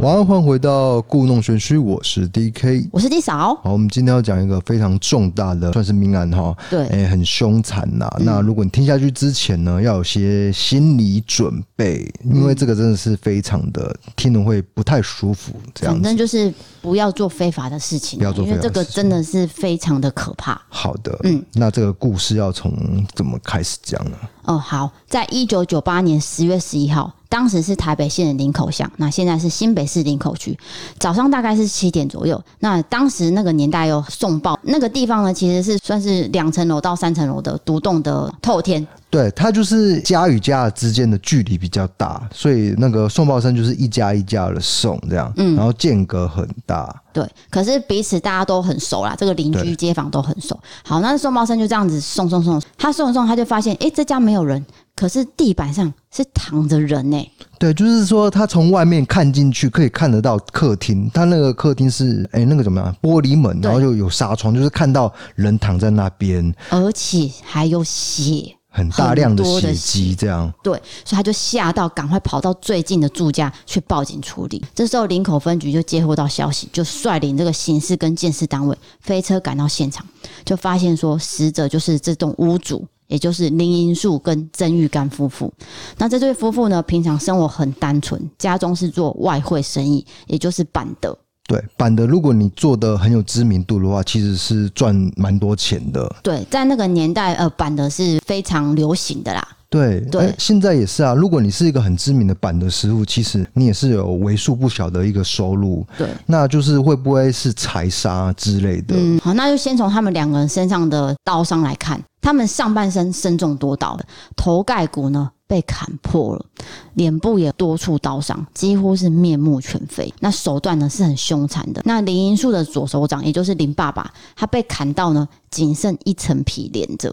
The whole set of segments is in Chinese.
晚安，欢迎回到故弄玄虚，我是 DK。我是哦地嫂，好，我们今天要讲一个非常重大的，算是命案哈，对哎、很凶残呐。那如果你听下去之前呢，要有些心理准备，因为这个真的是非常的听了会不太舒服，这样反子。正就是不要做非法的事情啊，不要做因为非法的这个事真的是非常的可怕。好的，嗯，那这个故事要从怎么开始讲呢？哦，好，在一九九八年十月十一号，当时是台北县的林口乡，那现在是新北市林口区。早上大概是七点左右，那当时那个年代有送报，那个地方呢其实是算是两层楼到三层楼的独栋的透天，对，它就是家与家之间的距离比较大，所以那个送报声就是一家一家的送这样，嗯，然后间隔很大，对，可是彼此大家都很熟啦，这个邻对居街坊都很熟。好，那宋茂生就这样子送送送，他送一送，他就发现，诶，这家没有人，可是地板上是躺着人呢、对，就是说他从外面看进去，可以看得到客厅。他那个客厅是哎、那个怎么样？玻璃门，对然后就有纱窗，就是看到人躺在那边，而且还有血。很大量的很多血的迹这样。对，所以他就吓到，赶快跑到最近的住家去报警处理。这时候林口分局就接获到消息，就率领这个刑事跟建设单位飞车赶到现场，就发现说死者就是这栋屋主。也就是林英树跟曾玉干夫妇，那这对夫妇呢，平常生活很单纯，家中是做外汇生意，也就是板的。对，板的，如果你做的很有知名度的话，其实是赚蛮多钱的。对，在那个年代，呃，板的是非常流行的啦。对，对哎现在也是啊。如果你是一个很知名的板的师傅，其实你也是有为数不小的一个收入。对，那就是会不会是财杀之类的？嗯，好，那就先从他们两个人身上的刀伤来看，他们上半身身中多刀，头盖骨呢被砍破了，脸部也多处刀伤，几乎是面目全非。那手段呢是很凶残的。那林银树的左手掌，也就是林爸爸，他被砍到呢，仅剩一层皮连着。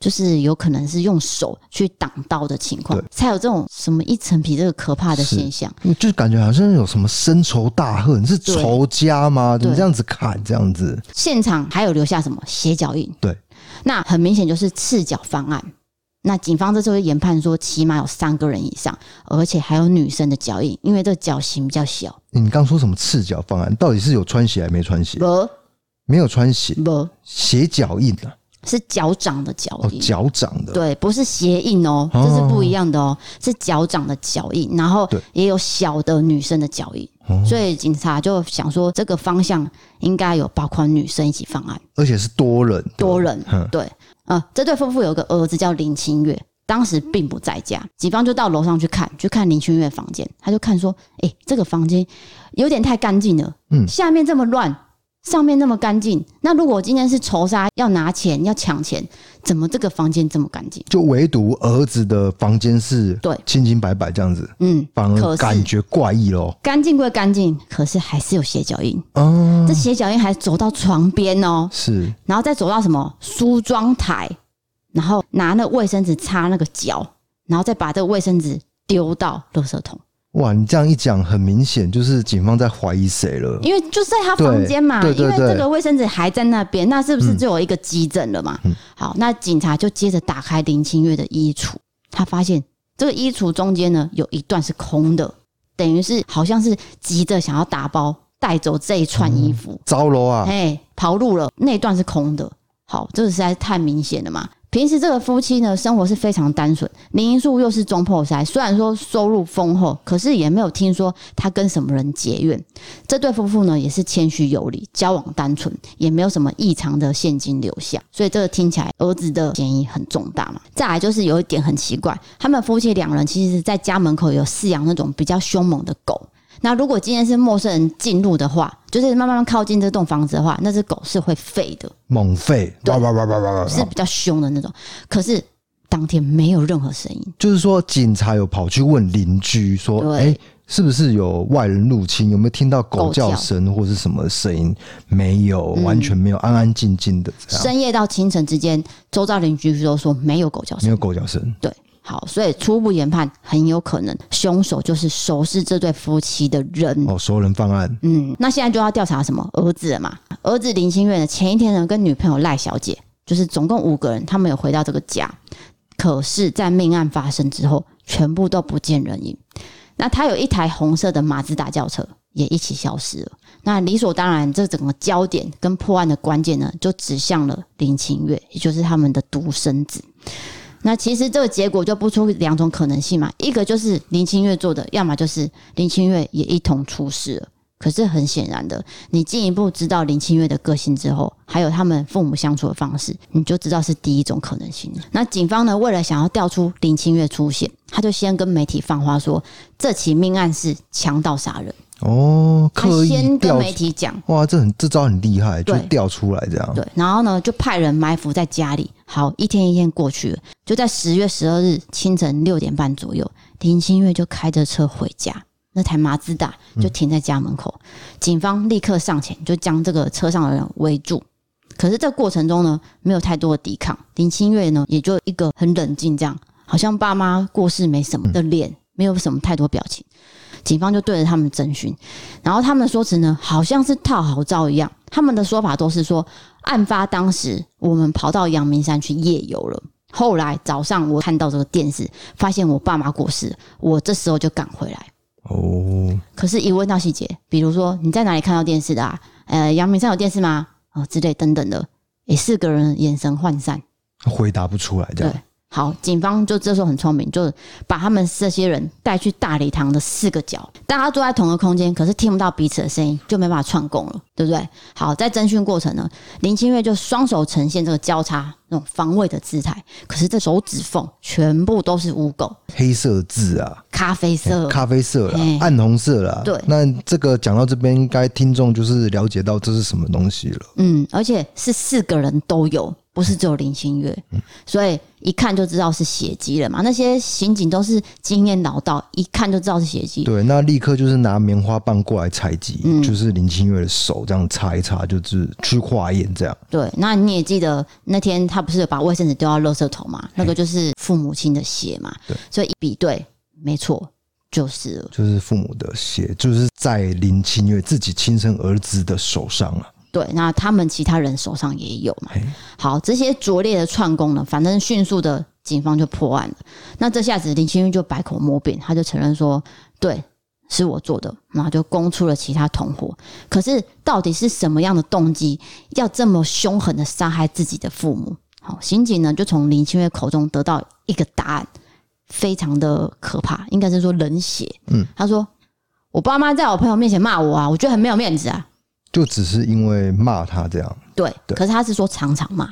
就是有可能是用手去挡刀的情况对，才有这种什么一层皮这个可怕的是现象。嗯就是感觉好像有什么深仇大恨，是对仇家吗？怎么对这样子砍这样子？现场还有留下什么血脚印？对，那很明显就是赤脚方案。那警方这时候就研判说，起码有三个人以上，而且还有女生的脚印，因为这个脚型比较小。你刚说什么赤脚方案？到底是有穿鞋还没穿鞋？不没有穿鞋，不，鞋脚印啊，是脚掌的脚哦，印。脚掌的，对，不是鞋印哦，哦这是不一样的哦，是脚掌的脚印，然后对哦也有小的女生的脚印，所以警察就想说这个方向应该有包括女生一起犯案。而且是多人，对吧多人嗯，对，呃，这对夫妇有个儿子叫林清月，当时并不在家，警方就到楼上去看，去看林清月房间，他就看说，诶，这个房间有点太干净了，嗯下面这么乱，上面那么干净，那如果今天是仇杀，要拿钱要抢钱，怎么这个房间这么干净？就唯独儿子的房间是对清清白白这样子，嗯，反可而是感觉怪异咯。干净归干净，可是还是有鞋脚印，啊，这鞋脚印还走到床边哦，是然后再走到什么梳妆台，然后拿那卫生纸擦那个脚，然后再把这个卫生纸丢到垃圾桶，哇，你这样一讲，很明显就是警方在怀疑谁了。因为就是在他房间嘛，对对对因为对这个卫生纸还在那边，那是不是就有一个基证了嘛？嗯好，那警察就接着打开林清月的衣橱，他发现这个衣橱中间呢有一段是空的，等于是好像是急着想要打包带走这一串衣服，糟了啊！哎，跑路了，那一段是空的。好，这个实在是太明显了嘛。平时这个夫妻呢，生活是非常单纯，林英树又是中破塞，虽然说收入丰厚，可是也没有听说他跟什么人结怨。这对夫妇呢，也是谦虚有礼，交往单纯，也没有什么异常的现金流向，所以这个听起来儿子的嫌疑很重大嘛。再来就是有一点很奇怪，他们夫妻两人其实在家门口有饲养那种比较凶猛的狗，那如果今天是陌生人进入的话，就是慢慢靠近这栋房子的话，那只狗是会吠的，猛吠，对哇哇哇哇哇哇！是比较凶的那种。可是当天没有任何声音，就是说，警察有跑去问邻居说：“对哎、是不是有外人入侵？有没有听到狗叫声或是什么声音？”没有，嗯完全没有，安安静静的这样，深夜到清晨之间，周遭邻居都说没有狗叫没声。有狗叫声。对，好，所以初步研判很有可能凶手就是熟识这对夫妻的人。哦，熟人犯案，嗯，那现在就要调查什么儿子了嘛？儿子林清月呢，前一天呢跟女朋友赖小姐，就是总共五个人，他们有回到这个家，可是，在命案发生之后，全部都不见人影。那他有一台红色的马自达轿车，也一起消失了。那理所当然，这整个焦点跟破案的关键呢，就指向了林清月，也就是他们的独生子。那其实这个结果就不出两种可能性嘛，一个就是林清月做的，要么就是林清月也一同出事了。可是很显然的，你进一步知道林清月的个性之后，还有他们父母相处的方式，你就知道是第一种可能性了。那警方呢，为了想要调出林清月出现，他就先跟媒体放话说，这起命案是强盗杀人。哦，他刻意先跟调媒体讲，哇，这很这招很厉害，就对调出来这样。对，然后呢就派人埋伏在家里。好，一天一天过去了，就在十月十二日清晨六点半左右，林清月就开着车回家，那台马自达就停在家门口，警方立刻上前就将这个车上的人围住。可是这过程中呢，没有太多的抵抗，林清月呢也就一个很冷静，这样好像爸妈过世没什么的脸，没有什么太多表情。警方就对着他们征询，然后他们的说辞呢，好像是套好招一样。他们的说法都是说，案发当时我们跑到阳明山去夜游了。后来早上我看到这个电视，发现我爸妈过世了，我这时候就赶回来。哦，可是，一问到细节，比如说你在哪里看到电视的啊？呃，阳明山有电视吗？哦，之类等等的，也四个人眼神涣散。回答不出来这样对。好，警方就这时候很聪明，就把他们这些人带去大礼堂的四个角，大家坐在同一个空间，可是听不到彼此的声音，就没办法串供了，对不对？好，在侦讯过程呢，林清月就双手呈现这个交叉那种防卫的姿态，可是这手指缝全部都是污垢，黑色字啊，咖啡色，咖啡色啦嘿，暗红色啦。对那这个讲到这边，应该听众就是了解到这是什么东西了。嗯，而且是四个人都有，不是只有林清月，所以一看就知道是血迹了嘛。那些刑警都是经验老道，一看就知道是血迹。对，那立刻就是拿棉花棒过来采集，就是林清月的手这样擦一擦，就是去化验这样。对，那你也记得那天他不是有把卫生纸丢到垃圾桶嘛？那个就是父母亲的血嘛。对，所以一比对，没错，就是了就是父母的血，就是在林清月自己亲生儿子的手上啊。对。那他们其他人手上也有嘛？好，这些拙劣的串供呢，反正迅速的警方就破案了。那这下子林清玉就百口莫辩，他就承认说，对，是我做的，然后就供出了其他同伙。可是到底是什么样的动机，要这么凶狠的杀害自己的父母？好，刑警呢就从林清月口中得到一个答案，非常的可怕，应该是说冷血。嗯，他说我爸妈在我朋友面前骂我啊，我觉得很没有面子啊。就只是因为骂他这样，对，对可是他是说常常骂，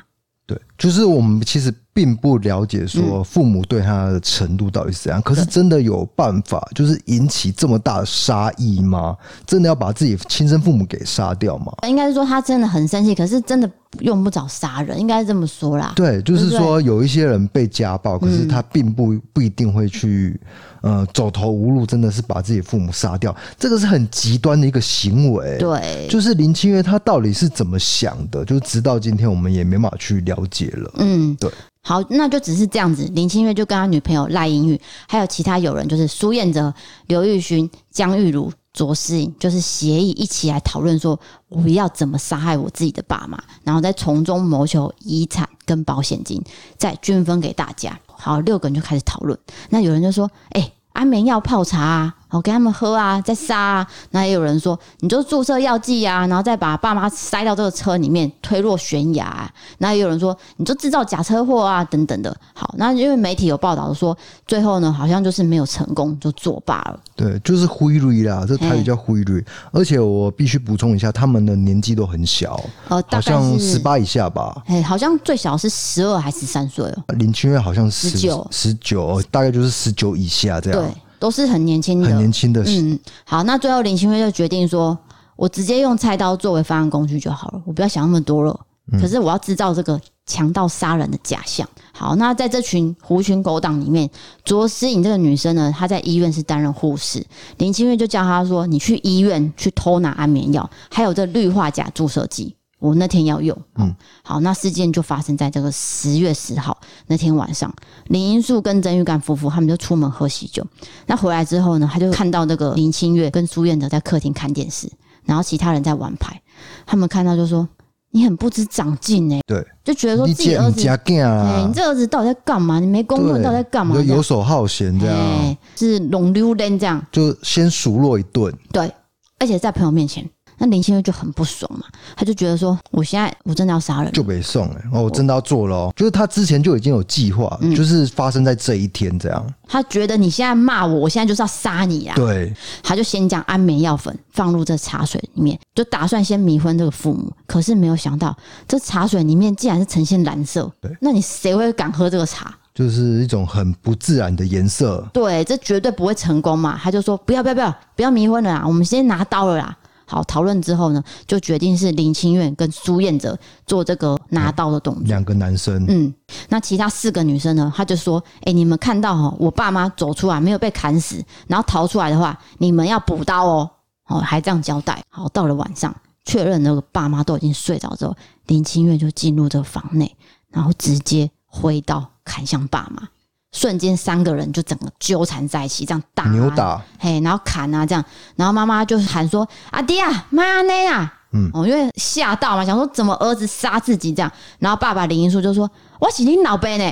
对，就是我们其实并不了解说父母对他的程度到底是怎样，可是真的有办法就是引起这么大的杀意吗？真的要把自己亲生父母给杀掉吗？应该是说他真的很生气，可是真的用不着杀人，应该是这么说啦。对，就是对说有一些人被家暴，可嗯是他并不不一定会去，呃，走投无路，真的是把自己父母杀掉，这个是很极端的一个行为。对，就是林清月她到底是怎么想的，就是直到今天我们也没办法去了解了。嗯，对。好，那就只是这样子。林清月就跟他女朋友赖英玉，还有其他友人，就是苏彦哲、刘玉勋、江玉茹、卓思颖，就是协议一起来讨论说，我要怎么杀害我自己的爸妈，然后再从中谋求遗产跟保险金，再均分给大家。好，六个人就开始讨论。那有人就说：“哎、安眠药泡茶啊，我给他们喝啊，再杀啊。”那也有人说：“你就注射药剂啊，然后再把爸妈塞到这个车里面，推落悬崖、啊。”那也有人说：“你就制造假车祸啊，等等的。”好，那因为媒体有报道说，最后呢，好像就是没有成功，就作罢了。对，就是灰绿啦，这台语叫灰绿。而且我必须补充一下，他们的年纪都很小，呃，大好概像十是。八以下吧。哎、好像最小是十二还是十三岁哦？林清月好像十19十九，大概就是十九以下这对样，，都是很年轻的，啊很年轻的。嗯，好，那最后林清月就决定说，我直接用菜刀作为犯案工具就好了，我不要想那么多了。可是我要制造这个强盗杀人的假象。好，那在这群狐群狗党里面，卓思颖这个女生呢，她在医院是担任护士，林清月就叫她说：“你去医院去偷拿安眠药，还有这氯化钾注射剂，我那天要用。”嗯，好，那事件就发生在这个十月十号那天晚上，林英树跟曾玉干夫妇他们就出门喝喜酒，那回来之后呢，他就看到那个林清月跟苏燕哲在客厅看电视，然后其他人在玩牌，他们看到就说：“你很不知长进哎、对，就觉得说你自己姐儿你子，家干哎、啊你？这儿子到底在干嘛？你没工作，对你到底在干嘛？哎你就这样游手好闲这样，哎，是拢溜人这样。就先数落一顿。对，而且在朋友面前，那林清月就很不爽嘛，他就觉得说，我现在我真的要杀人了，就北宋哎、哦，我真的要做了、哦，就是他之前就已经有计划，嗯就是发生在这一天这样。他觉得你现在骂我，我现在就是要杀你啊！对，他就先将安眠药粉放入这茶水里面，就打算先迷昏这个父母。可是没有想到，这茶水里面竟然是呈现蓝色对，那你谁会敢喝这个茶？就是一种很不自然的颜色，对，这绝对不会成功嘛！他就说不要不要不要不要迷昏了啦，我们先拿刀了啦。好，讨论之后呢，就决定是林清月跟苏燕哲做这个拿刀的动作。两个男生，嗯，那其他四个女生呢？她就说：“哎、你们看到哦，我爸妈走出来没有被砍死，然后逃出来的话，你们要补刀哦。”哦，还这样交代。好，到了晚上，确认那个爸妈都已经睡着之后，林清月就进入这个房内，然后直接挥刀砍向爸妈，瞬间三个人就整个纠缠在一起，这样打啊扭打，嘿，然后砍啊这样，然后妈妈就喊说：“阿爹啊，妈呢啊！”嗯，哦，因为吓到嘛，想说怎么儿子杀自己这样，然后爸爸林英树就说：“我是你老爸呢。”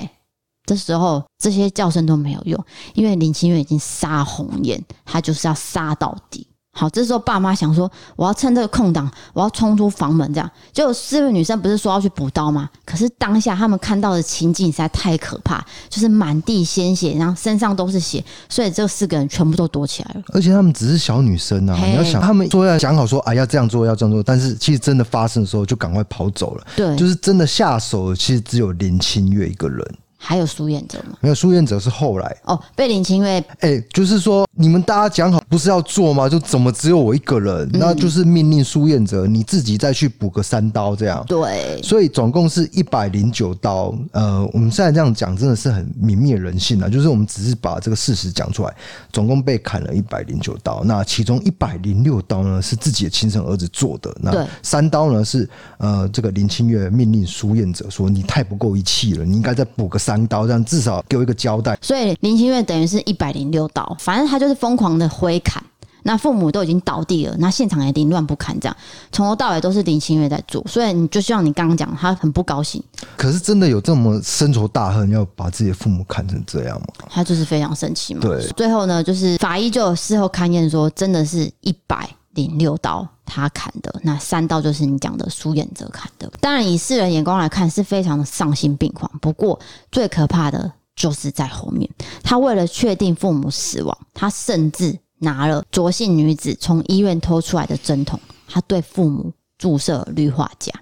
这时候这些叫声都没有用，因为林清月已经杀红眼，他就是要杀到底。好，这时候爸妈想说，我要趁这个空档，我要冲出房门，这样。结果四位女生不是说要去补刀吗？可是当下他们看到的情景实在太可怕，就是满地鲜血，然后身上都是血，所以这四个人全部都躲起来了。而且他们只是小女生啊，嘿你要想，他们说要讲好说，哎、要这样做，要这样做，但是其实真的发生的时候就赶快跑走了，对，就是真的下手，其实只有林清月一个人，还有苏彦哲嘛。没有苏彦哲是后来。哦，被林清月哎、就是说你们大家讲好不是要做吗？就怎么只有我一个人？那就是命令苏彦哲你自己再去补个三刀这样。对所以总共是一百零九刀。呃，我们现在这样讲真的是很泯灭人性啊，就是我们只是把这个事实讲出来，总共被砍了一百零九刀。那其中一百零六刀呢是自己的亲生儿子做的，对那三刀呢是呃这个林清月命令苏彦哲说你太不够义气了，你应该再补个三刀，这样至少给我一个交代。所以林清月等于是一百零六刀，反正他就是疯狂的挥砍。那父母都已经倒地了，那现场也凌乱不堪，这样从头到尾都是林清月在做，所以你就像你刚刚讲，他很不高兴，可是真的有这么深仇大恨，要把自己的父母砍成这样吗？他就是非常生气嘛。对最后呢，就是法医就事后勘验说，真的是一百零六刀他砍的，那三刀就是你讲的苏彦哲砍的。当然，以世人眼光来看，是非常的丧心病狂。不过，最可怕的就是在后面，他为了确定父母死亡，他甚至拿了卓姓女子从医院偷出来的针筒，他对父母注射氯化钾。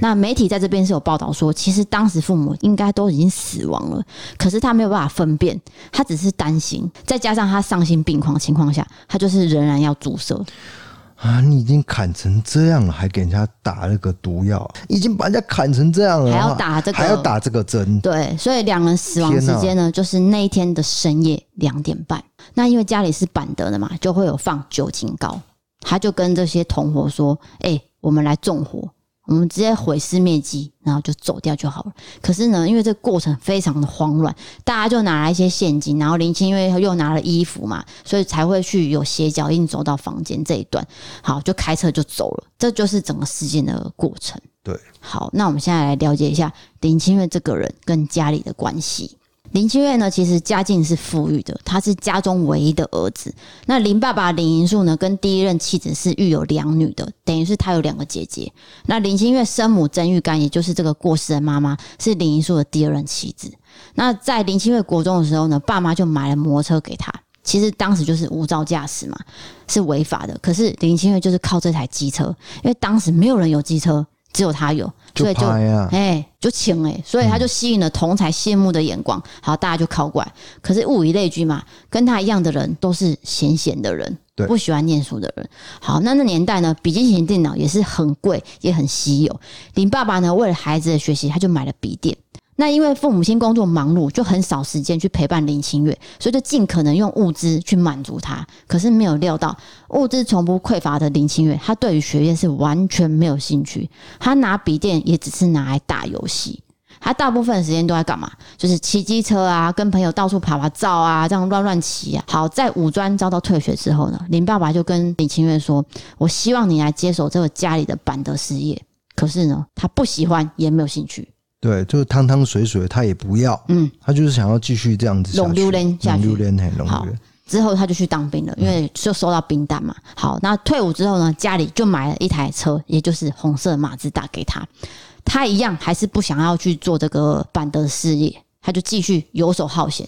那媒体在这边是有报道说，其实当时父母应该都已经死亡了，可是他没有办法分辨，他只是担心，再加上他丧心病狂的情况下，他就是仍然要注射。啊，你已经砍成这样了，还给人家打那个毒药，已经把人家砍成这样了，还要打这个还要打这个针，对，所以两人死亡时间呢，就是那一天的深夜两点半。那因为家里是板德的嘛，就会有放酒精膏，他就跟这些同伙说：“哎、我们来纵火，我们直接毁尸灭迹，然后就走掉就好了。”可是呢，因为这个过程非常的慌乱，大家就拿了一些现金，然后林清月又拿了衣服嘛，所以才会去有斜脚印走到房间这一段。好，就开车就走了，这就是整个事件的过程。对，好，那我们现在来了解一下林清月这个人跟家里的关系。林清月呢，其实家境是富裕的，他是家中唯一的儿子。那林爸爸林银树呢，跟第一任妻子是育有两女的，等于是他有两个姐姐。那林清月生母曾玉干，也就是这个过世的妈妈，是林银树的第二任妻子。那在林清月国中的时候呢，爸妈就买了摩托车给他。其实当时就是无照驾驶嘛，是违法的。可是林清月就是靠这台机车，因为当时没有人有机车，只有他有，所以就拍啊，哎、就请哎、所以他就吸引了同才羡慕的眼光，好，大家就靠过来。可是物以类聚嘛，跟他一样的人都是闲闲的人，对不喜欢念书的人。好，那那年代呢，笔记型电脑也是很贵，也很稀有。林爸爸呢，为了孩子的学习，他就买了笔电。那因为父母亲工作忙碌，就很少时间去陪伴林清月，所以就尽可能用物资去满足他。可是没有料到，物资从不匮乏的林清月，他对于学业是完全没有兴趣。他拿笔电也只是拿来打游戏，他大部分的时间都在干嘛？就是骑机车啊，跟朋友到处爬爬照啊，这样乱乱骑啊。好，在五专遭到退学之后呢，林爸爸就跟林清月说：“我希望你来接手这个家里的板德事业。”可是呢，他不喜欢，也没有兴趣。对，就是汤汤水水，他也不要，嗯，他就是想要继续这样子下去，弄溜连下去弄溜连嘿，弄好溜连，之后他就去当兵了，因为就收到兵单嘛。好，那退伍之后呢，家里就买了一台车，也就是红色马自达给他。他一样还是不想要去做这个板的事业，他就继续游手好闲。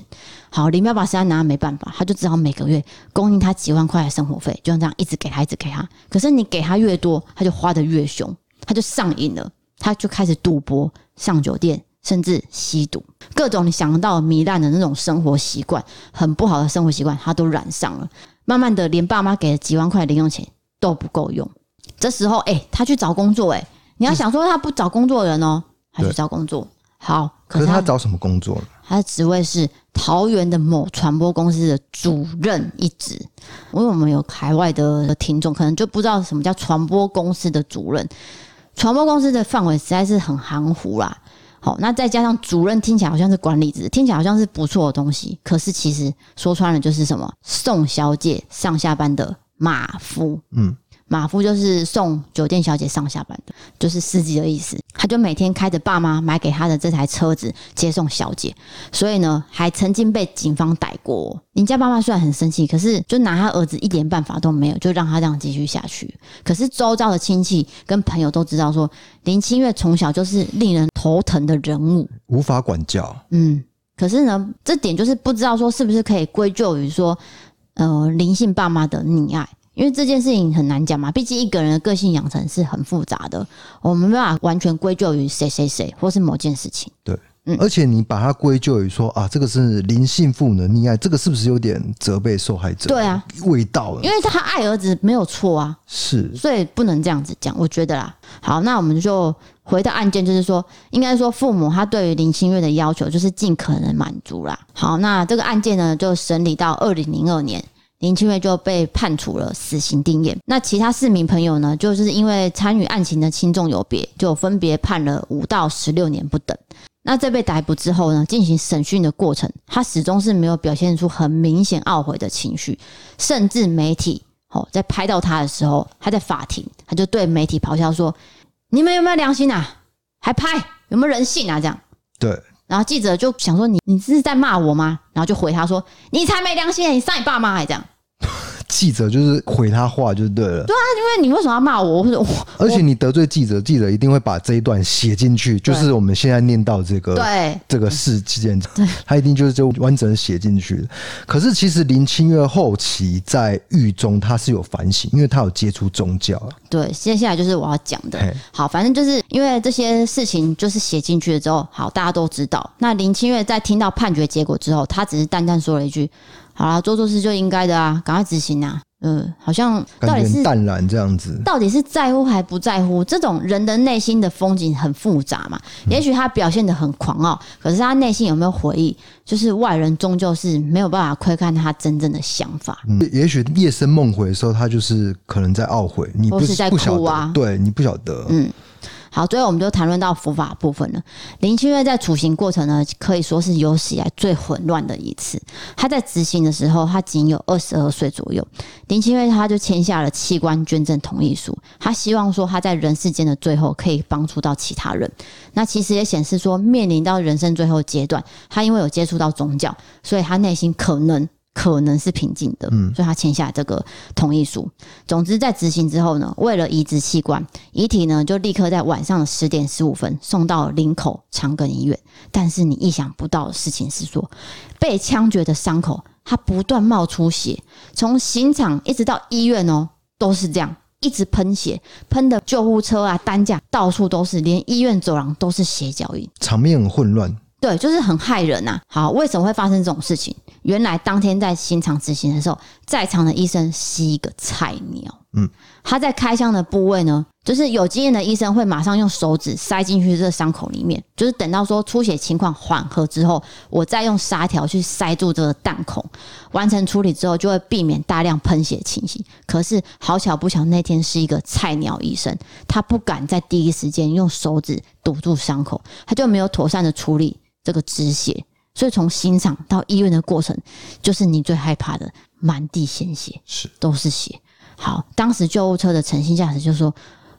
好，林彪把实在拿没办法，他就只好每个月供应他几万块的生活费，就像这样一直给他，一直给他。可是你给他越多，他就花的越凶，他就上瘾了，他就开始赌博、上酒店，甚至吸毒，各种你想到糜烂的那种生活习惯，很不好的生活习惯，他都染上了。慢慢的，连爸妈给的几万块零用钱都不够用。这时候，哎、他去找工作、哎，你要想说他不找工作的人哦、他去对找工作。好，可是他找什么工作呢？他的职位是桃园的某传播公司的主任一职。因为我们有海外的听众，可能就不知道什么叫传播公司的主任。传播公司的范围实在是很含糊啦。好，那再加上主任听起来好像是管理职，听起来好像是不错的东西，可是其实说穿了就是什么送小姐上下班的马夫。嗯，马夫就是送酒店小姐上下班的，就是司机的意思。他就每天开着爸妈买给他的这台车子接送小姐，所以呢，还曾经被警方逮过哦。林家爸妈虽然很生气，可是就拿他儿子一点办法都没有，就让他这样继续下去。可是周遭的亲戚跟朋友都知道说，林清月从小就是令人头疼的人物，无法管教。嗯，可是呢，这点就是不知道说是不是可以归咎于说，呃，灵性爸妈的溺爱，因为这件事情很难讲嘛。毕竟一个人的个性养成是很复杂的，我们没办法完全归咎于谁谁谁或是某件事情。嗯而且你把它归咎于说啊，这个是灵性父母的溺爱，这个是不是有点责备受害者？对啊，味道呢因为他爱儿子没有错啊，是所以不能这样子讲，我觉得啦。好，那我们就回到案件，就是说，应该说父母他对于林清月的要求就是尽可能满足啦。好，那这个案件呢，就审理到二零零二年。林清月就被判处了死刑定谳，那其他四名朋友呢，就是因为参与案情的轻重有别，就分别判了五到十六年不等。那在被逮捕之后呢，进行审讯的过程，他始终是没有表现出很明显懊悔的情绪，甚至媒体哦在拍到他的时候，他在法庭，他就对媒体咆哮说：“你们有没有良心啊？还拍有没有人性啊？”这样，对，然后记者就想说：“你你这是在骂我吗？”然后就回他说：“你才没良心、啊你杀你爸妈还这样，记者就是回他话就对了。因为你为什么要骂我？或者我而且你得罪记者，记者一定会把这一段写进去，就是我们现在念到这个对这个事件，他一定就是就完整地写进去的。可是其实林清月后期在狱中，他是有反省，因为他有接触宗教，啊对，接下来就是我要讲的。嘿好，反正就是因为这些事情就是写进去了之后，好，大家都知道。那林清月在听到判决结果之后，她只是淡淡说了一句：“好啦，做错事就应该的啊，赶快执行啊。”嗯，好像到感底觉是很淡然这样子。到底是在乎还不在乎？这种人的内心的风景很复杂嘛。嗯也许他表现的很狂傲，可是他内心有没有回忆？就是外人终究是没有办法窥看他真正的想法。嗯，也许夜深梦回的时候，他就是可能在懊悔，你或不是在不晓哭啊嗯得，对你不晓得，好，最后我们就谈论到伏法部分了。林清月在处刑过程呢，可以说是有史以来最混乱的一次。她在执行的时候，她仅有二十二岁左右。林清月她就签下了器官捐赠同意书，她希望说她在人世间的最后可以帮助到其他人。那其实也显示说，面临到人生最后阶段，她因为有接触到宗教，所以她内心可能。可能是平静的，所以她签下这个同意书。总之，在执行之后呢，为了移植器官，遗体呢就立刻在晚上的十点十五分送到林口长庚医院。但是你意想不到的事情是说，被枪决的伤口它不断冒出血，从刑场一直到医院哦都是这样，一直喷血，喷的救护车啊担架到处都是，连医院走廊都是血脚印。场面很混乱。对，就是很害人呐、好，为什么会发生这种事情？原来当天在新场执行的时候，在场的医生是一个菜鸟。嗯，他在开枪的部位呢，就是有经验的医生会马上用手指塞进去这个伤口里面，就是等到说出血情况缓和之后，我再用纱条去塞住这个弹孔，完成处理之后就会避免大量喷血情形。可是好巧不巧，那天是一个菜鸟医生，他不敢在第一时间用手指堵住伤口，他就没有妥善的处理这个止血，所以从刑场到医院的过程，就是你最害怕的，满地鲜血，是都是血。好，当时救护车的诚信驾驶就说：“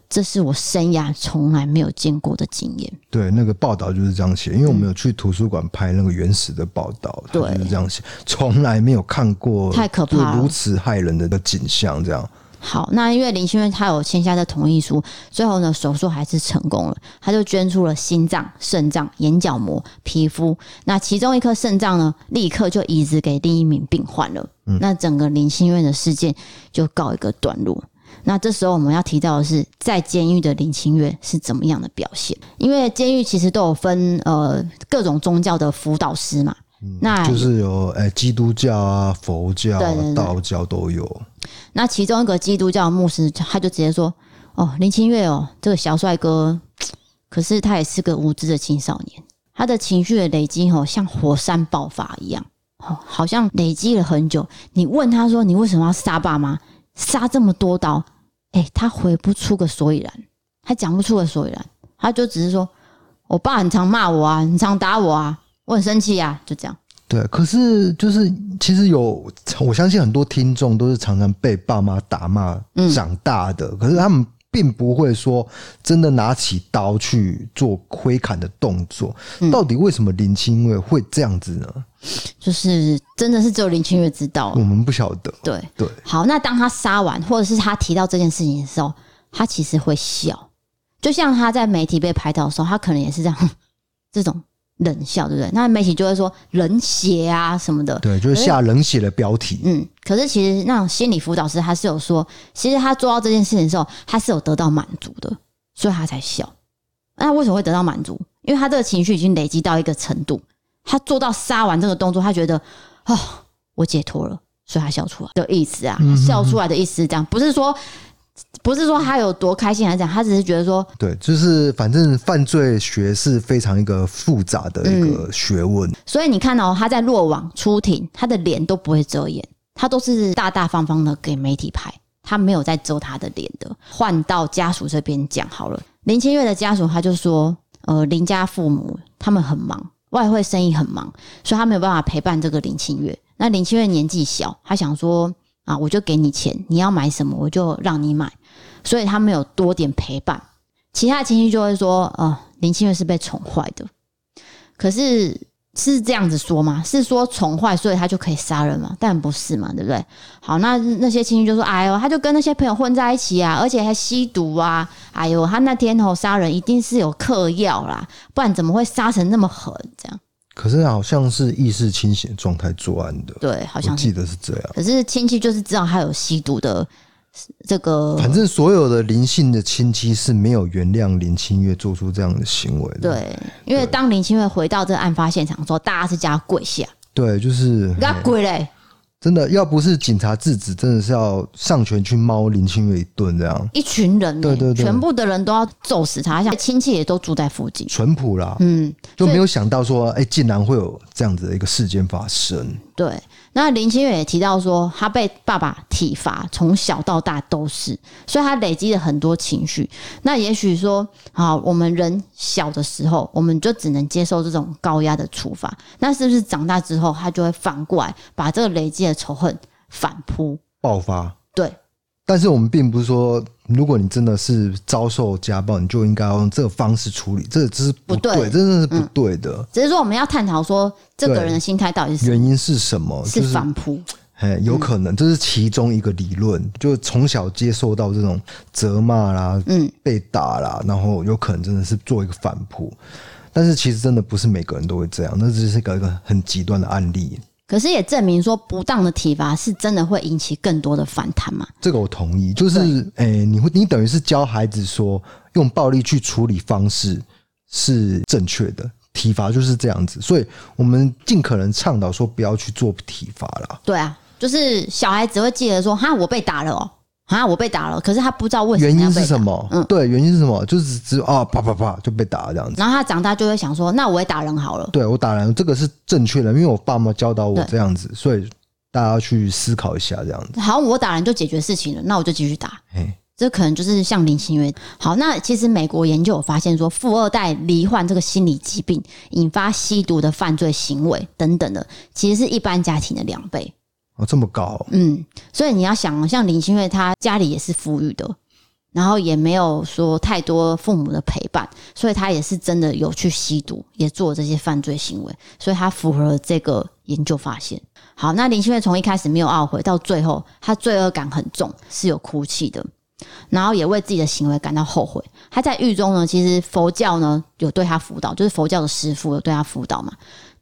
这是我生涯从来没有见过的经验。对，那个报道就是这样写，因为我们有去图书馆拍那个原始的报道，它嗯对就是这样写，从来没有看过太可怕了就如此害人的景象，这样好，那因为林心月她有签下这同意书，最后呢手术还是成功了，她就捐出了心脏、肾脏、眼角膜、皮肤。那其中一颗肾脏呢，立刻就移植给另一名病患了。嗯那整个林心月的事件就告一个段落。那这时候我们要提到的是，在监狱的林清月是怎么样的表现？因为监狱其实都有分呃各种宗教的辅导师嘛，那嗯就是有哎、基督教啊、佛教、对啊对对、道教都有，那其中一个基督教牧师，他就直接说：“哦，林清月哦，这个小帅哥，可是他也是个无知的青少年，他的情绪的累积哦，像火山爆发一样，哦，好像累积了很久。你问他说你为什么要杀爸妈，杀这么多刀，哎、他回不出个所以然，他讲不出个所以然，他就只是说，我爸很常骂我啊，很常打我啊，我很生气啊，就这样。”对，可是就是其实有，我相信很多听众都是常常被爸妈打骂嗯长大的，可是他们并不会说真的拿起刀去做挥砍的动作。嗯哦到底为什么林清月会这样子呢？就是真的是只有林清月知道我，们不晓得。对，对，好，那当他杀完，或者是他提到这件事情的时候，他其实会笑，就像他在媒体被拍到的时候，他可能也是这样这种冷笑，对不对？那媒体就会说冷血啊什么的，对，就是下冷血的标题。嗯。可是其实那种心理辅导师他是有说，其实他做到这件事情的时候，他是有得到满足的，所以他才笑。那为什么会得到满足？因为他这个情绪已经累积到一个程度，他做到杀完这个动作，他觉得哦，我解脱了，所以他笑出来的意思啊，他笑出来的意思是这样，不是说不是说他有多开心还是这样，他只是觉得说，对，就是反正犯罪学是非常一个复杂的一嗯个学问。所以你看哦，他在落网出庭，他的脸都不会遮掩，他都是大大方方的给媒体拍，他没有在遮他的脸的。换到家属这边讲好了，林清月的家属他就说，呃，林家父母他们很忙，外汇生意很忙，所以他没有办法陪伴这个林清月。那林清月年纪小，他想说啊，我就给你钱，你要买什么我就让你买，所以他没有多点陪伴。其他的亲戚就会说，呃，林清月是被宠坏的。可是是这样子说吗？是说宠坏，所以他就可以杀人吗？但不是嘛，对不对？好，那那些亲戚就说：“哎呦，他就跟那些朋友混在一起啊，而且还吸毒啊！哎呦，他那天吼杀人一定是有嗑药啦，不然怎么会杀成那么狠？这样可是好像是意识清醒的状态作案的，对，好我像是。记得是这样。可是亲戚就是知道他有吸毒的这个，反正所有的林姓的亲戚是没有原谅林清月做出这样的行为的。对，因为当林清月回到这个案发现场的时候，大家是叫他跪下，对，就是给他跪嘞。真的，要不是警察制止，真的是要上拳去猫林清月一顿这样。一群人、欸，对对对全部的人都要揍死他，像亲戚也都住在附近，淳朴啦，嗯，就没有想到说，哎、竟然会有这样子的一个事件发生。对，那林清月也提到说，他被爸爸体罚，从小到大都是，所以他累积了很多情绪。那也许说，啊，我们人小的时候，我们就只能接受这种高压的处罚，那是不是长大之后，他就会反过来把这个累积的仇恨反扑？爆发。对，但是我们并不是说，如果你真的是遭受家暴，你就应该要用这个方式处理，这这是不不对嗯对，这真的是不对的。只是说我们要探讨说，这个人的心态到底是什么原因是什么？是就是反扑，哎，有可能这是其中一个理论，就从小接受到这种责骂啦、嗯，被打啦，然后有可能真的是做一个反扑。但是其实真的不是每个人都会这样，那只是一个一个很极端的案例。可是也证明说，不当的体罚是真的会引起更多的反弹嘛？这个我同意，就是诶、你会你等于是教孩子说，用暴力去处理方式是正确的，体罚就是这样子，所以我们尽可能倡导说不要去做体罚啦。对啊，就是小孩只会记得说哈，我被打了哦，哈，我被打了，可是他不知道为什么原要因哦被是打什么？嗯对，原因是什么？就是只啊啪啪啪就被打这样子。然后他长大就会想说，那我也打人好了。对我打人，这个是正确的，因为我爸妈教导我对这样子，所以大家要去思考一下这样子。好，我打人就解决事情了，那我就继续打。嘿，这可能就是像林清月。好，那其实美国研究有发现说，富二代罹患这个心理疾病，引发吸毒的犯罪行为等等的，其实是一般家庭的两倍。哦，这么高哦、嗯，所以你要想哦，像林清月她家里也是富裕的，然后也没有说太多父母的陪伴，所以他也是真的有去吸毒，也做这些犯罪行为，所以他符合这个研究发现。好，那林心月从一开始没有懊悔，到最后她罪恶感很重，是有哭泣的，然后也为自己的行为感到后悔。她在狱中呢，其实佛教呢有对她辅导，就是佛教的师傅有对她辅导嘛，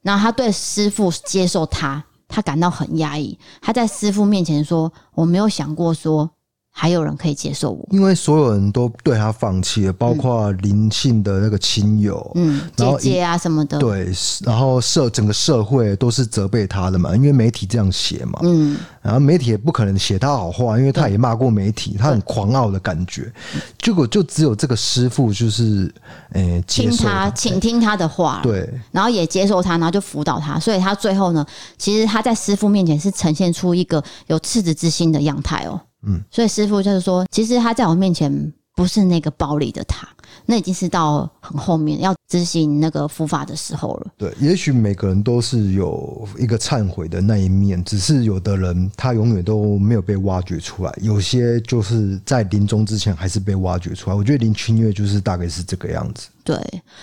然后她对师傅接受她，她感到很压抑。她在师傅面前说：“我没有想过说还有人可以接受我。”因为所有人都对他放弃了，包括林姓的那个亲友，嗯，然姐后姐啊什么的，对，然后社整个社会都是责备他的嘛，因为媒体这样写嘛，嗯，然后媒体也不可能写他好话，因为他也骂过媒体，他很狂傲的感觉，结果就只有这个师傅就是呃诶、接听受他，请听他的话，，对，然后也接受他，然后就辅导他，所以他最后呢，其实他在师傅面前是呈现出一个有赤子之心的样态哦，嗯，所以师傅就是说，其实他在我面前不是那个暴力的他，那已经是到很后面要执行那个伏法的时候了，对，也许每个人都是有一个忏悔的那一面，只是有的人他永远都没有被挖掘出来，有些就是在临终之前还是被挖掘出来。我觉得林清月就是大概是这个样子，对，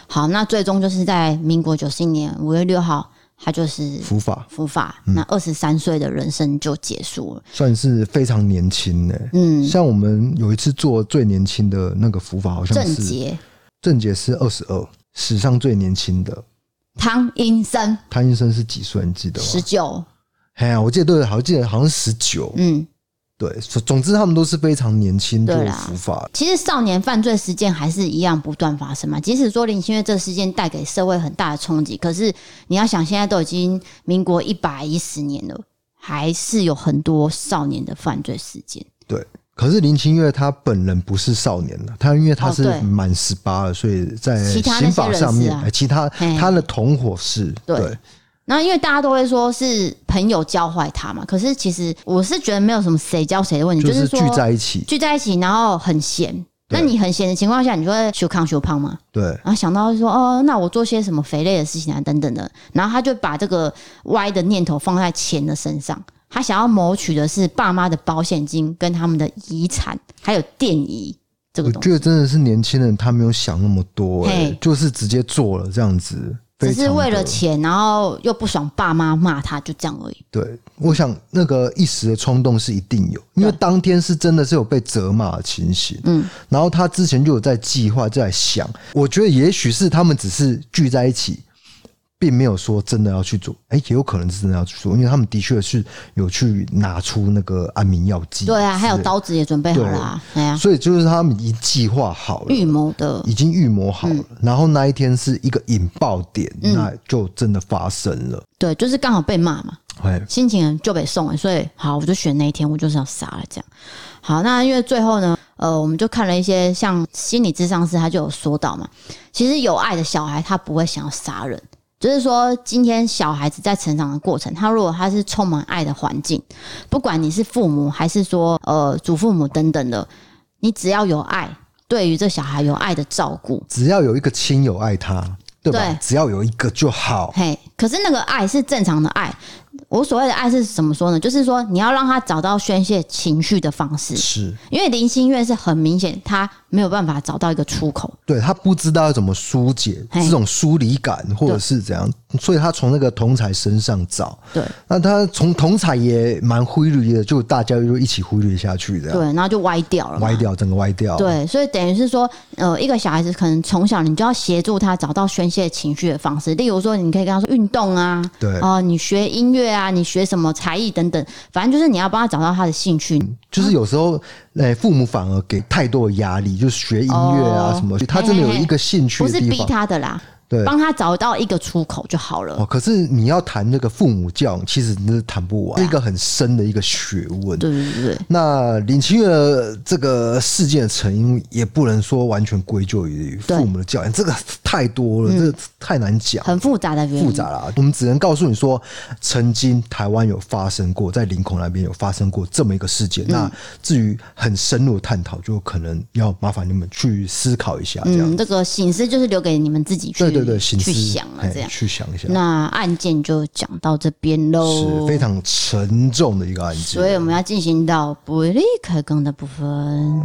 好，那最终就是在民国九十一年五月六号，他就是伏法伏法，嗯那二十三岁的人生就结束了，算是非常年轻呢、嗯，像我们有一次做最年轻的那个伏法，好像郑是杰。郑杰是二十二，史上最年轻的。汤英生潘医生是几岁？你记得吗？十九，哎呀，我记得对，好像记得好像十九、嗯，对，总总之他们都是非常年轻就对啦伏法，其实少年犯罪事件还是一样不断发生嘛。即使说林清月这事件带给社会很大的冲击，可是你要想，现在都已经民国一百一十年了，还是有很多少年的犯罪事件。对，可是林清月她本人不是少年了，她因为她哦是对满十八了，所以在其他那些刑法人上是面，啊哎其他嘿她的同伙是对对那因为大家都会说是朋友教坏他嘛，可是其实我是觉得没有什么谁教谁的问题，就是是说聚在一起，聚在一起，然后很闲。那对你很闲的情况下，你就会修康修胖吗？对然后想到说，哦，那我做些什么肥类的事情啊，等等的。然后他就把这个歪的念头放在钱的身上，他想要谋取的是爸妈的保险金、跟他们的遗产，还有电仪这个我东觉西，得真的是年轻人他没有想那么多、哎嘿，就是直接做了这样子，只非常是为了的钱，然后又不爽爸妈骂他，就这样而已。对，我想那个一时的冲动是一定有，因为对当天是真的是有被责骂的情形。嗯，然后他之前就有在计划，就在想，我觉得也许是他们只是聚在一起，并没有说真的要去做，哎、也有可能是真的要去做，因为他们的确是有去拿出那个安眠药剂，对啊，还有，刀子也准备好了、啊，哎呀、所以就是他们已经计划好了。预谋的已经预谋好了，然后那一天是一个引爆点，嗯那就真的发生了。对，就是刚好被骂嘛，哎，心情就被送了，所以好，我就选那一天，我就是要杀了这样。好，那因为最后呢，呃，我们就看了一些像心理智商师，他就有说到嘛，其实有爱的小孩他不会想要杀人，就是说今天小孩子在成长的过程，他如果他是充满爱的环境，不管你是父母还是说呃祖父母等等的，你只要有爱，对于这小孩有爱的照顾，只要有一个亲友爱他，对吧？对只要有一个就好。嘿，可是那个爱是正常的爱。我所谓的爱是怎么说呢？就是说你要让他找到宣泄情绪的方式，是，因为林心月是很明显他没有办法找到一个出口。对他不知道要怎么疏解嘿这种疏离感，或者是怎样，所以他从那个童彩身上找。对那他从童彩也蛮挥泪的，就大家就一起挥泪下去，这对样，然后就歪掉了嘛。歪掉，整个歪掉。，对，所以等于是说，呃，一个小孩子可能从小你就要协助他找到宣泄情绪的方式，例如说，你可以跟他说运动啊，对哦、你学音乐啊，你学什么才艺等等，反正就是你要帮他找到他的兴趣。就是有时候，哎、父母反而给太多的压力，就是学音乐啊哦什么，他真的有一个兴趣不的是地逼方。他的啦，对，帮他找到一个出口就好了。哦，可是你要谈那个父母教，其实真的谈不完，是对啊一个很深的一个学问。对对对对，那林清月的这个事件的成因，也不能说完全归咎于父母的教养，这个太多了，这个太难讲，嗯很复杂的原因。复杂了。我们只能告诉你说，曾经台湾有发生过，在林口那边有发生过这么一个事嗯件。那至于很深入的探讨，就可能要麻烦你们去思考一下，这样。嗯，这个形式就是留给你们自己去对对对，形去思想了嘿这样。去想一下，那案件就讲到这边是喽，非常沉重的一个案件。所以我们要进行到不立可更的部分。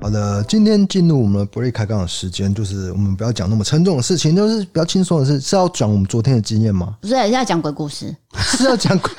好的，今天进入我们不利开杠的时间，就是我们不要讲那么沉重的事情，就是比较轻松的事。是要讲我们昨天的经验 吗？不是要讲鬼故事，是要讲鬼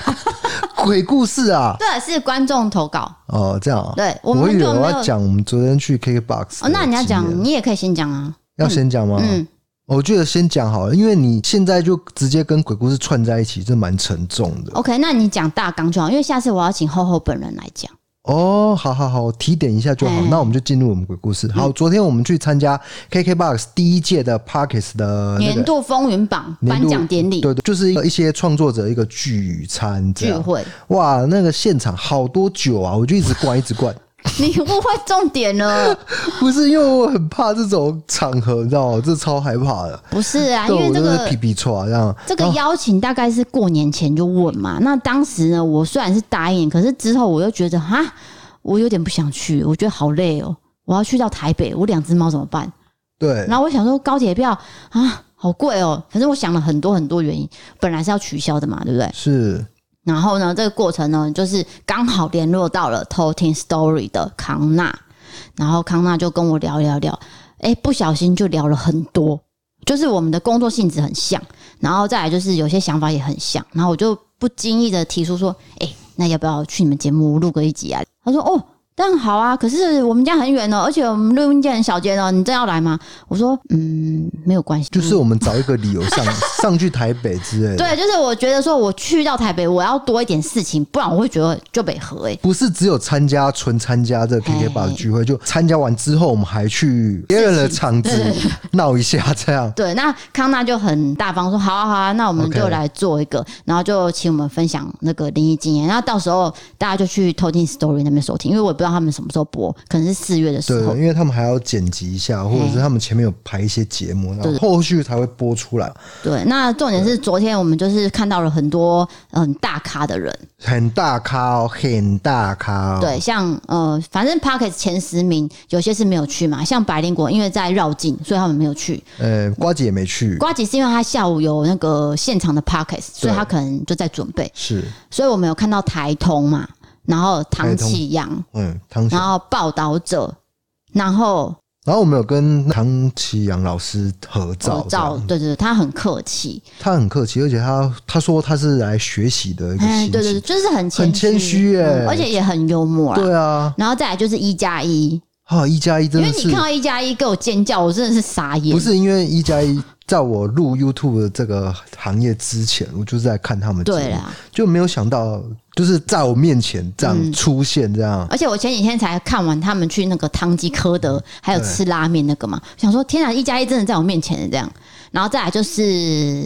鬼故事啊？对，是观众投稿。哦，这样啊。对，我我们以为就我没要有。讲我们昨天去 KKBOX 的经验。哦，那你要讲，你也可以先讲啊。要先讲吗？哦嗯，我觉得先讲好了，因为你现在就直接跟鬼故事串在一起，这蛮沉重的。 OK，那你讲大纲就好，因为下次我要请厚厚本人来讲。哦，好好好，我提点一下就好。哎嗯那我们就进入我们鬼故事。好，昨天我们去参加 KKBOX 第一届的 Parkes 的那年个度风云榜啊年颁度啊奖典礼对对，就是一些创作者一个聚餐这聚样。会，哇，那个现场好多酒啊，我就一直灌，一直 灌。你误会重点了。不是因为我很怕这种场合，你知道吗？这超害怕的。不是啊，因对，为我这真的个是皮皮错这样。这个然后邀请大概是过年前就问嘛。那当时呢，我虽然是答应，可是之后我又觉得哈，我有点不想去，我觉得好累哦。我要去到台北，我两只猫怎么办？对，然后我想说高铁票啊，好贵哦。可是我想了很多很多原因，本来是要取消的嘛，对不对？是然后呢，这个过程呢，就是刚好联络到了偷听 Story 的康纳，然后康纳就跟我聊聊聊，哎，不小心就聊了很多，就是我们的工作性质很像，然后再来就是有些想法也很像，然后我就不经意的提出说，哎，那要不要去你们节目录个一集啊？他说，哦。当然好啊，可是我们家很远哦，而且我们录音间很小间哦，你真要来吗？我说，嗯，没有关系，就是我们找一个理由 上上去台北之类的，对，就是我觉得说，我去到台北，我要多一点事情，不然我会觉得就北河哎、不是只有参加纯参加这个嘿 KK 吧的聚会，就参加完之后，我们还去别人的场子闹一下，这样对，那康纳就很大方说，好啊好啊，那我们 OK 就来做一个然后就请我们分享那个灵异经验，那到时候大家就去偷听 Story 那边收听，因为我也不知道他们什么时候播，可 能是四月的对时候，。因为他们还要剪辑一下，或者是他们前面有排一些节目，然后后续才会播出来。对，那重点是昨天我们就是看到了很多很大咖的人，很大咖哦，很大咖哦。对，像呃，反正 Pocket 前十名有些是没有去嘛，像百灵果因为在绕境，所以他们没有去。呃，瓜姐也没去，瓜姐是因为她下午有那个现场的 podcast，所以对她可能就在准备，是，所以我们有看到台通嘛，然后唐启阳，嗯，唐然然后报道者，然后然后我们有跟唐奇阳老师合照，这照，样对对对，他很客气，他很客气，而且他他说他是来学习的一个哎，心对对情，对，就是很很谦虚耶嗯而且也很幽默啦。对啊，然后再来就是一加一，哈，一加一真因的为你是看到一加一给我尖叫，我真的是傻眼。不是因为一加一，在我录 YouTube 的这个行业之前，我就是在看他们节目，对啦，就没有想到就是在我面前这样出现这样。而且我前几天才看完他们去那个汤吉科嗯德，还有吃拉面那个嘛，想说天啊，一加一真的在我面前这样。然后再来就是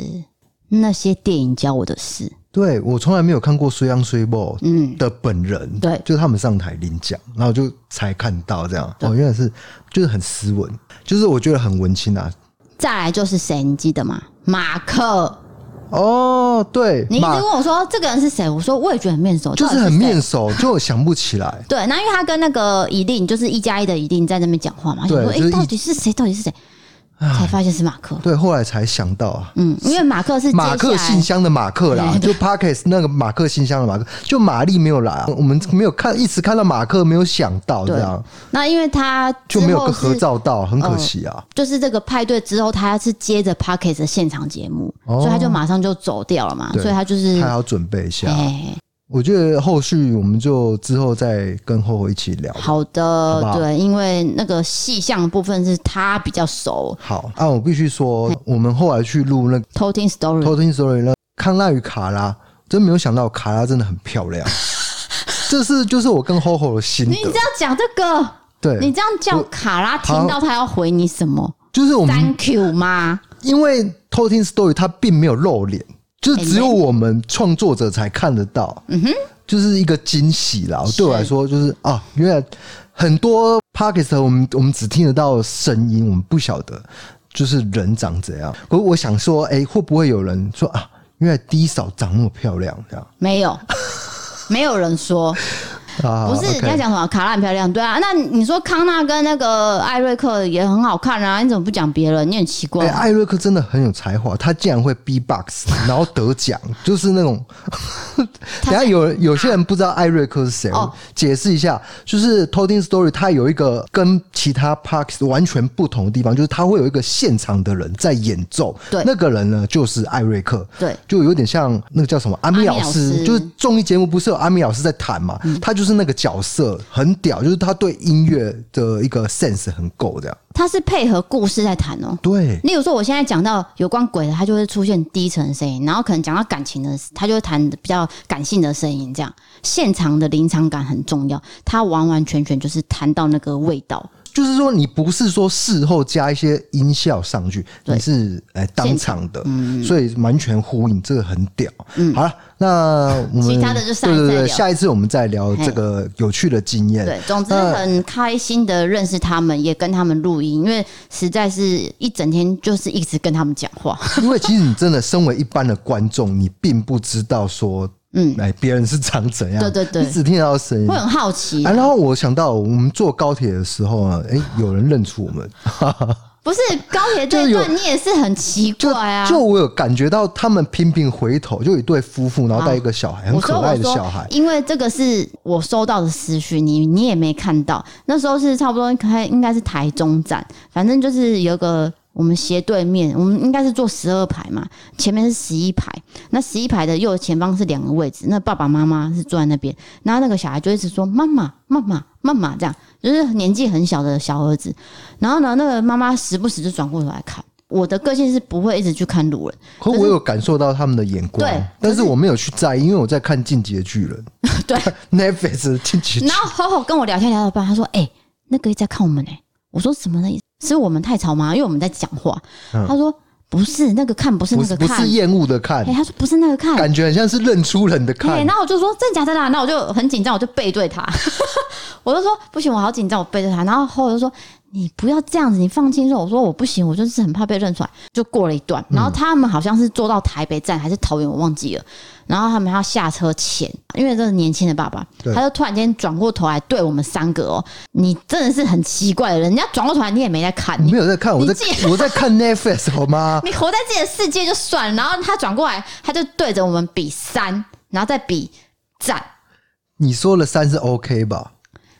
那些电影教我的事，对我从来没有看过《虽央虽报》嗯，的本人，对就是他们上台领奖，然后就才看到这样，对哦，原来是就是很斯文，就是我觉得很文青啊。再来就是谁，你记得吗？马克，哦，对，你一直马问我说这个人是谁，我说我也觉得很面熟，就是到底很谁啊面熟，就我想不起来。对，那因为他跟那个一定就是一加一的一定在那边讲话嘛，想对说哎、就是诶一到底是谁？到底是谁？才发现是马克。对，后来才想到啊，嗯，因为马克是接马克下来嗯信箱的马克啦，就 Parkes 那个马克信箱的马克，就玛丽没有来啊，我们没有看，一直看到马克，没有想到这样，那因为他就没之有后合是照到，很可惜啊。就是这个派对之后，他是接着 Parkes 的现场节目，哦所以他就马上就走掉了嘛，对所以他就是嗯他还要准备一下，哎，我觉得后续我们就之后再跟后后一起聊。好好的，不好对，因为那个细项部分是他比较熟，好啊，我必须说，我们后来去录那个偷听 story，偷听 story 那康纳与卡拉，真没有想到卡拉真的很漂 亮，这是就是我跟后后的心你这得。样讲这个，你对，这样叫卡拉听到他要回你什么就是我们？Thank you 吗？因为偷听 story 它并没有露脸，哎就是只有我们创作者才看得到。嗯哼，就是一个惊喜啦。对我来说，就是啊，原来很多 p o c k e t 我们我们只听得到声音，我们不晓得就是人长怎样。可我想说，哎、会不会有人说 啊？原来低嫂长那么漂亮，这样没有，没有人说。啊不是 OK 你要讲什么？卡拉很漂亮，对啊。那你说康纳跟那个艾瑞克也很好看啊，你怎么不讲别人？你很奇怪哎、。艾瑞克真的很有才华，他竟然会 B box，然 后得奖，就是那种。他等一下有人有些人不知道艾瑞克是谁，哦解释一下，就是《偷听 Story》它有一个跟其他 Parks 完全不同的地方，就是它会有一个现场的人在演奏，对那个人呢就是艾瑞克，对，就有点像那个叫什么阿阿米米老老师，师就是综艺节目不是有阿米老师在谈嘛，他就是那个角色很屌，就是他对音乐的一个 sense 很够，这样他是配合故事在谈哦。对。例如说，我现在讲到有关鬼的，它就会出现低沉的声音，然后可能讲到感情的，它就会谈比较感性的声音，这样现场的临场感很重要，它完完全全就是谈到那个味道。就是说，你不是说事后加一些音效上去，对你是呃当现嗯场的，所以完全呼应，这个很屌。好了，那我们其他的就下一对次对再对，聊下一次我们再聊这个有趣的经验。对， 总之那很开心的认识他们，也跟他们录音，因为实在是一整天就是一直跟他们讲话。因为其实你真的身为一般的观众，你并不知道说，嗯，哎，别人是长怎样，对对对你只听到声音会。很好奇啊，，然后我想到我们坐高铁的时候啊，哎，有人认出我们，不是高铁这一段你也是很奇就怪啊。就我有感觉到他们频频回头，就有一对夫妇，然后带一个小孩，很啊我可说我爱的小说孩，。因为这个是我收到的私讯，你你也没看到。那时候是差不多开，应该是台中站，反正就是有个我们斜对面，我们应该是坐十二排嘛，前面是十一排。那十一排的右前方是两个位置，那爸爸妈妈是坐在那边，然后那个小孩就一直说妈妈妈妈妈妈这样，就是年纪很小的小儿子。然后呢，那个妈妈时不时就转过头来看。我的个性是不会一直去看路人，可可是我有感受到他们的眼光，对但是我没有去在意，因为我在看《进击的巨人 对，》 ，Netflix 的《进击的巨 人然后吼吼跟我聊天聊到一半，他说：“哎、那个在看我们哎、我说：“什么呢？是我们太吵吗？因为我们在讲话。他说：“不是，那个看不是嗯不那是个不看是。厌恶的看哎、，他说：“不是那个看。”感觉很像是认出人的对，看然。后我就说真假的啦，那我就很紧张，我就背对他， 我就说不行，我好紧张，我背对他。然后后来就说你不要这样子，你放轻松。我说我不行，我就是很怕被认出来。就过了一段，然后嗯他们好像是坐到台北站还是桃园，我忘记了。然后他们要下车前，因为这是年轻的爸爸，对他就突然间转过头来对我们三个哦，你真的是很奇怪的人，人家转过头来你也没在看，我你没有在看，我在你记我在看 Netflix 好吗？你活在自己的世界就算了。然后他转过来，他就对着我们比三，然后再比赞。你说了三是 OK 吧？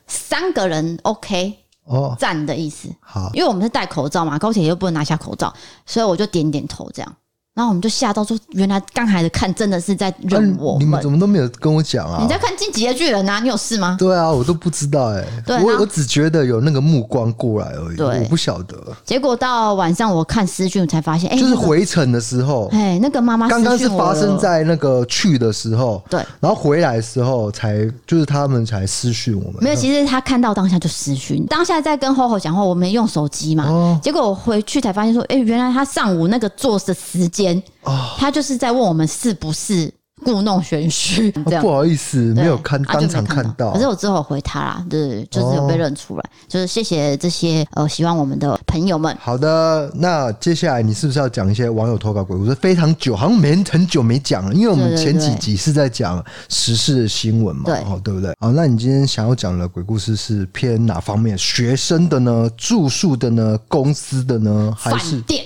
三个人 OK 哦，站的意思，好，啊因为我们是戴口罩嘛，高铁又不能拿下口罩，所以我就点点头这样。然后我们就吓到说，原来刚才的看真的是在认我那嗯你们。们怎么都没有跟我讲你啊？在看《进击的巨人》啊？你有事吗？对啊，我都不知道哎、对然我后我只觉得有那个目光过来而已，对哎我不晓得。结果到晚上我看私讯我才发现，哎、就是那个回程的时候，哎、那个妈妈刚刚私是讯我发生了在那个去的时候，对，然后回来的时候才就是他们才私讯我们，哦没有，其实他看到当下就私讯，当下在跟吼吼讲话，我们用手机嘛，哦结果我回去才发现说，哎、原来他上午那个做的时间，哦他就是在问我们是不是故弄玄虚这样啊不。好意思，对没有看啊就当场没看看到。可是我之后有回他啦，对对，对就是有被哦认出来，就是谢谢这些呃喜欢我们的朋友们。好的，那接下来你是不是要讲一些网友投稿鬼故事？非常久，好像没很久没讲了，因为我们对对前几对集是在讲时事新闻嘛，对哦，对不对？好，那你今天想要讲的鬼故事是偏哪方面？学生的呢？住宿的呢？公司的呢？还饭是店，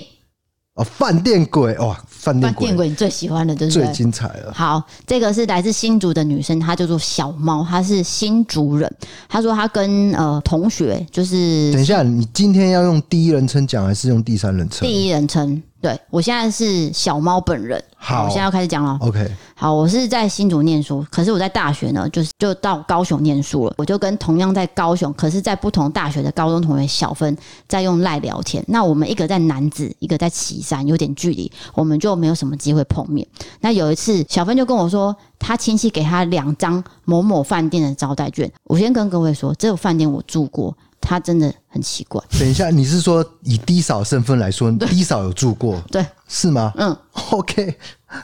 哦，饭店鬼？哇、饭饭店店鬼鬼你最喜欢的，对不最对？精彩了。好，这个是来自新竹的女生，她叫做小猫，她是新竹人。她说她跟呃同学就是等一下，你今天要用第一人称讲还是用第三人称？第一人称，对我现在是小猫本人。好我现在要开始讲了。 OK，好，我是在新竹念书，可是我在大学呢，就是就到高雄念书了。我就跟同样在高雄，可是在不同大学的高中同学小分在用赖聊天。那我们一个在南子，一个在旗山，有点距离，我们就没有什么机会碰面。那有一次，小芬就跟我说，她亲戚给她两张某某饭店的招待券。我先跟各位说，这个饭店我住过，它真的很奇怪。 等一下，你是说以低嫂身份来说，低嫂有住过对， 是吗？嗯， OK，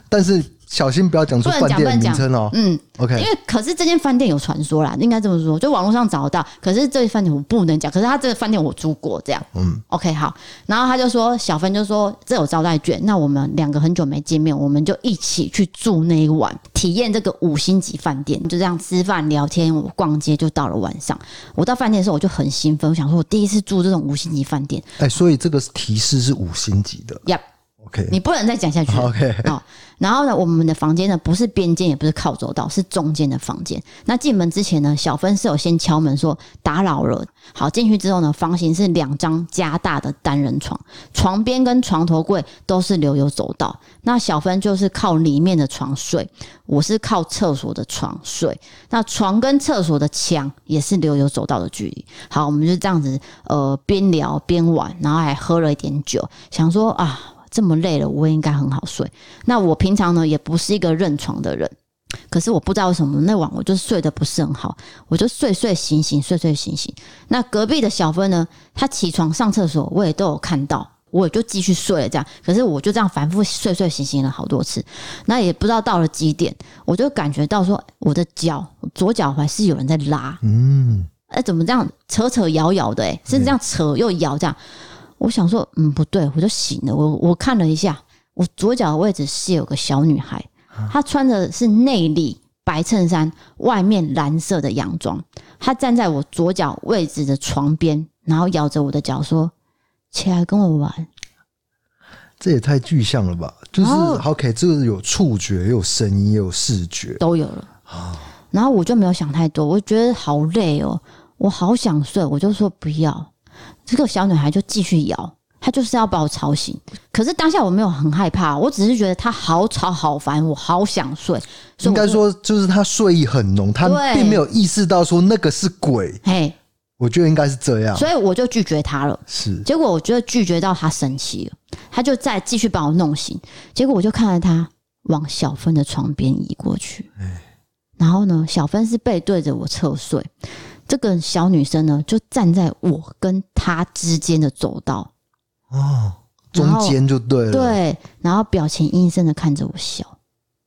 但是小心不要讲出不能饭讲，不店能的名讲称哦。。嗯，因 OK，为可是这间饭店有传说啦，应该这么说，就网络上找得到。可是这间饭店我不能讲，可是他这个饭店我住过，这样。嗯，OK，好。然后他就说，小芬就说这有招待券，那我们两个很久没见面，我们就一起去住那一晚，体验这个五星级饭店。就这样吃饭聊天，我逛街就到了晚上。我到饭店的时候我就很兴奋，我想说我第一次住这种五星级饭店哎、所以这个提示是五星级的。 ，Yep。 OK，你不能再讲下去 了。OK 哦，然后呢，我们的房间呢不是边间，也不是靠走道，是中间的房间。那进门之前呢，小芬是有先敲门说打扰了。好，进去之后呢，房型是两张加大的单人床，床边跟床头柜都是留有走道。那小芬就是靠里面的床睡，我是靠厕所的床睡。那床跟厕所的墙也是留有走道的距离。好，我们就这样子，呃，边聊边玩，然后还喝了一点酒，想说啊，这么累了，我也应该很好睡。那我平常呢，也不是一个认床的人，可是我不知道为什么那晚我就睡得不是很好，我就睡睡醒醒，睡睡醒醒。那隔壁的小芬呢，她起床上厕所，我也都有看到。我也就继续睡了，这样。可是我就这样反复睡睡醒醒了好多次，那也不知道到了几点，我就感觉到说我的脚左脚踝是有人在拉，嗯，哎、怎么这样扯扯摇摇的、欸？哎，是这样扯又摇这样。我想说，嗯，不对，我就醒了。我我看了一下，我左脚的位置是有个小女孩，她穿的是内里白衬衫，外面蓝色的洋装。她站在我左脚位置的床边，然后摇着我的脚说：“起来跟我玩。”这也太具象了吧？就是、哦 OK，这个有触觉，也有声音，也有视觉。都有了。啊然后我就没有想太多，我觉得好累哦，我好想睡，我就说不要。这个小女孩就继续摇，她就是要把我吵醒。可是当下我没有很害怕，我只是觉得她好吵好烦，我好想睡。所应以我该就，说，就是他睡意很浓，他对并没有意识到说那个是鬼。嘿，我觉得应该是这样，所以我就拒绝她了。是结果我就拒绝到她生气了，她就再继续把我弄醒。结果我就看着她往小芬的床边移过去，然后呢，小芬是背对着我侧睡，这个小女生呢就站在我跟她之间的走道，哦，然中后间就对了。，对，然后表情阴森的看着我笑，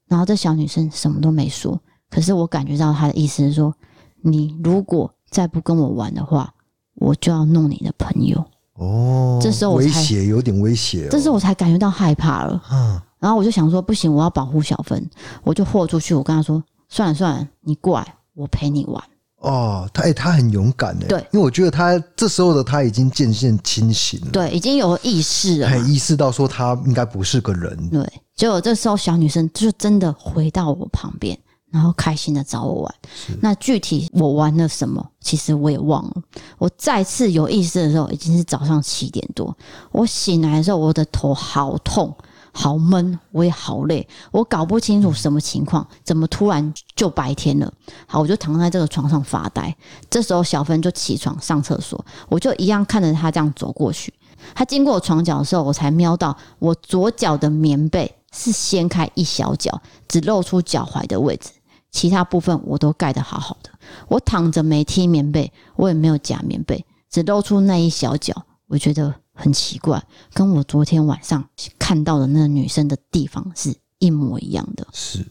然后这小女生什么都没说，可是我感觉到她的意思是说，你如果再不跟我玩的话，我就要弄你的朋友。哦，这时候我威才胁有点威胁、哦，这时候我才感觉到害怕了。嗯然后我就想说，不行，我要保护小芬，我就豁出去。我跟她说，算了算了，你过来，我陪你玩。哦，他哎、他很勇敢哎，对因为我觉得他这时候的他已经渐渐清醒了，对，已经有意识了嘛，很意识到说他应该不是个人，对，结果这时候小女生就真的回到我旁边，然后开心的找我玩。那具体我玩了什么，其实我也忘了。我再次有意识的时候，已经是早上七点多。我醒来的时候，我的头好痛。好闷，我也好累，我搞不清楚什么情况，怎么突然就白天了？好，我就躺在这个床上发呆。这时候小芬就起床上厕所，我就一样看着她这样走过去。他经过我床角的时候，我才瞄到我左脚的棉被是掀开一小角，只露出脚踝的位置，其他部分我都盖得好好的。我躺着没踢棉被，我也没有夹棉被，只露出那一小角，我觉得很奇怪，跟我昨天晚上看到的那个女生的地方是一模一样的。是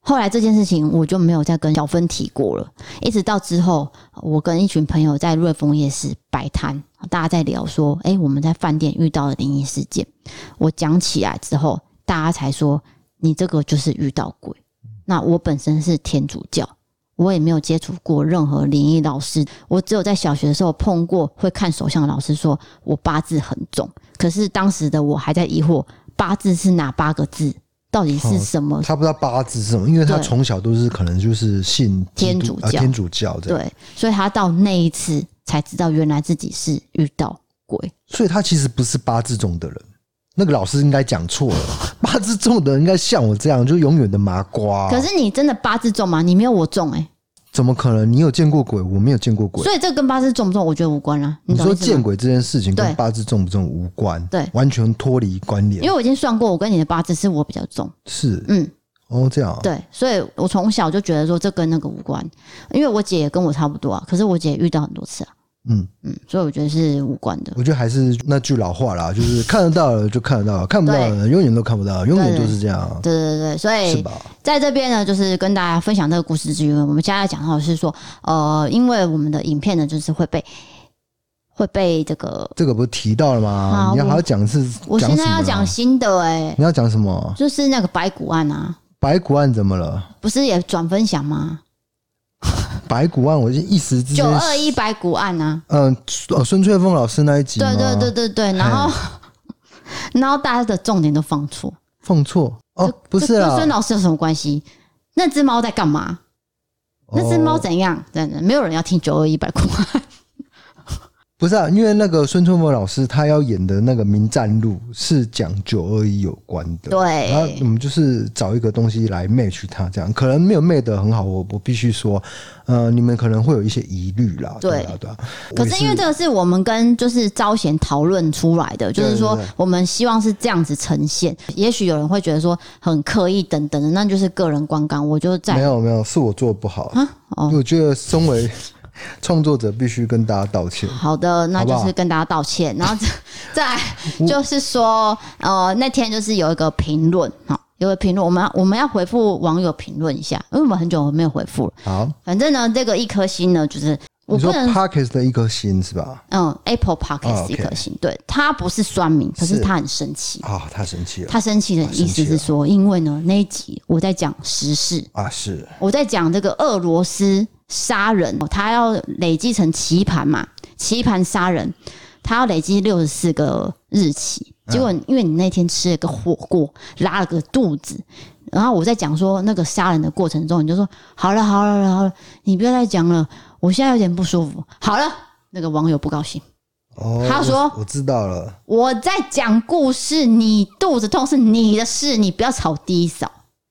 后来这件事情我就没有再跟小芬提过了，一直到之后，我跟一群朋友在瑞丰夜市摆摊，大家在聊说，诶，我们在饭店遇到的灵异事件。我讲起来之后，大家才说你这个就是遇到鬼。那我本身是天主教，我也没有接触过任何灵异老师，我只有在小学的时候碰过会看手相的老师说我八字很重，可是当时的我还在疑惑八字是哪八个字，到底是什么他不知道八字是什么，因为他对从小都是可能就是信基督天主呃教天主教这样，对，所以他到那一次才知道，原来自己是遇到鬼。所以他其实不是八字中的人。那个老师应该讲错 了，八字中的人应该像我这样，就永远的麻瓜。可是你真的八字重吗？你没有我重哎、怎么可能？你有见过鬼？我没有见过鬼。所以这跟八字重不重，我觉得无关啦、你懂我说意思见吗？鬼这件事情跟对八字重不重无关，对完全脱离关因联。为我已经算过，我跟你的八字是我比较重，是嗯，哦，这样啊对，所以我从小就觉得说这跟那个无关，因为我姐也跟我差不多啊，可是我姐也遇到很多次啊，嗯嗯，所以我觉得是无关的。我觉得还是那句老话啦， 就是看得到的就看得到，看不到的永远都看不到，永远都是这样，对对对，所是以吧？在这边呢，就是跟大家分享这个故事之余，我们现在讲到的是说，呃，因为我们的影片呢，就是会被会被这个，这个不是提到了吗？好你要我还要讲是我讲现什在么啊要呢讲新的哎、你要讲什么？就是那个白骨案啊，白骨案怎么了？不是也转分享吗？白骨案，我就一时之间九，二一白骨案啊，嗯，哦，孙翠凤老师那一集吗，对对对对对，然后 然后大家的重点都放错，放错哦这，不是这跟啊，孙老师有什么关系？那只猫在干嘛？那只猫哦怎样？真的没有人要听九二一白骨 案。不是啊，因为那个孙春凤老师他要演的那个《名战录》是讲九二一有关的，对然后啊我们就是找一个东西来 match 它，这样可能没有 match 的很好，我我必须说，呃，你们可能会有一些疑虑啦，对对啊对啊，可是因为这个是我们跟就是招贤讨论出来的，就是说对对对我们希望是这样子呈现。也许有人会觉得说很刻意等等的，那就是个人观感。我就没在有没有是我做的不好，啊哦，我觉得身为创作者必须跟大家道歉，好的，那好不就好是跟大家道歉。然后 再再来就是说，呃，那天就是有一个评论，好，有个评论，我们要我们要回复网友评论一下，因为我们很久没有回复了。好，反正呢，这个一颗星呢，就是我你说不能 Parkes 的一颗心是吧？嗯，Apple Podcast 哦一颗 OK 星，对他不是酸民，可是是哦他很生气。啊、他生气了他生气的意思是说，因为呢那一集我在讲时事，啊，是我在讲这个俄罗斯杀人，他要累积成棋盘嘛，棋盘杀人，他要累积六十四个日期。结果因为你那天吃了个火锅，拉了个肚子，然后我在讲说那个杀人的过程中，你就说好了好了好了，你不要再讲了，我现在有点不舒服。好了，那个网友不高兴。哦，他说我我知道了。我在讲故事，你肚子痛是你的事，你不要吵低嫂。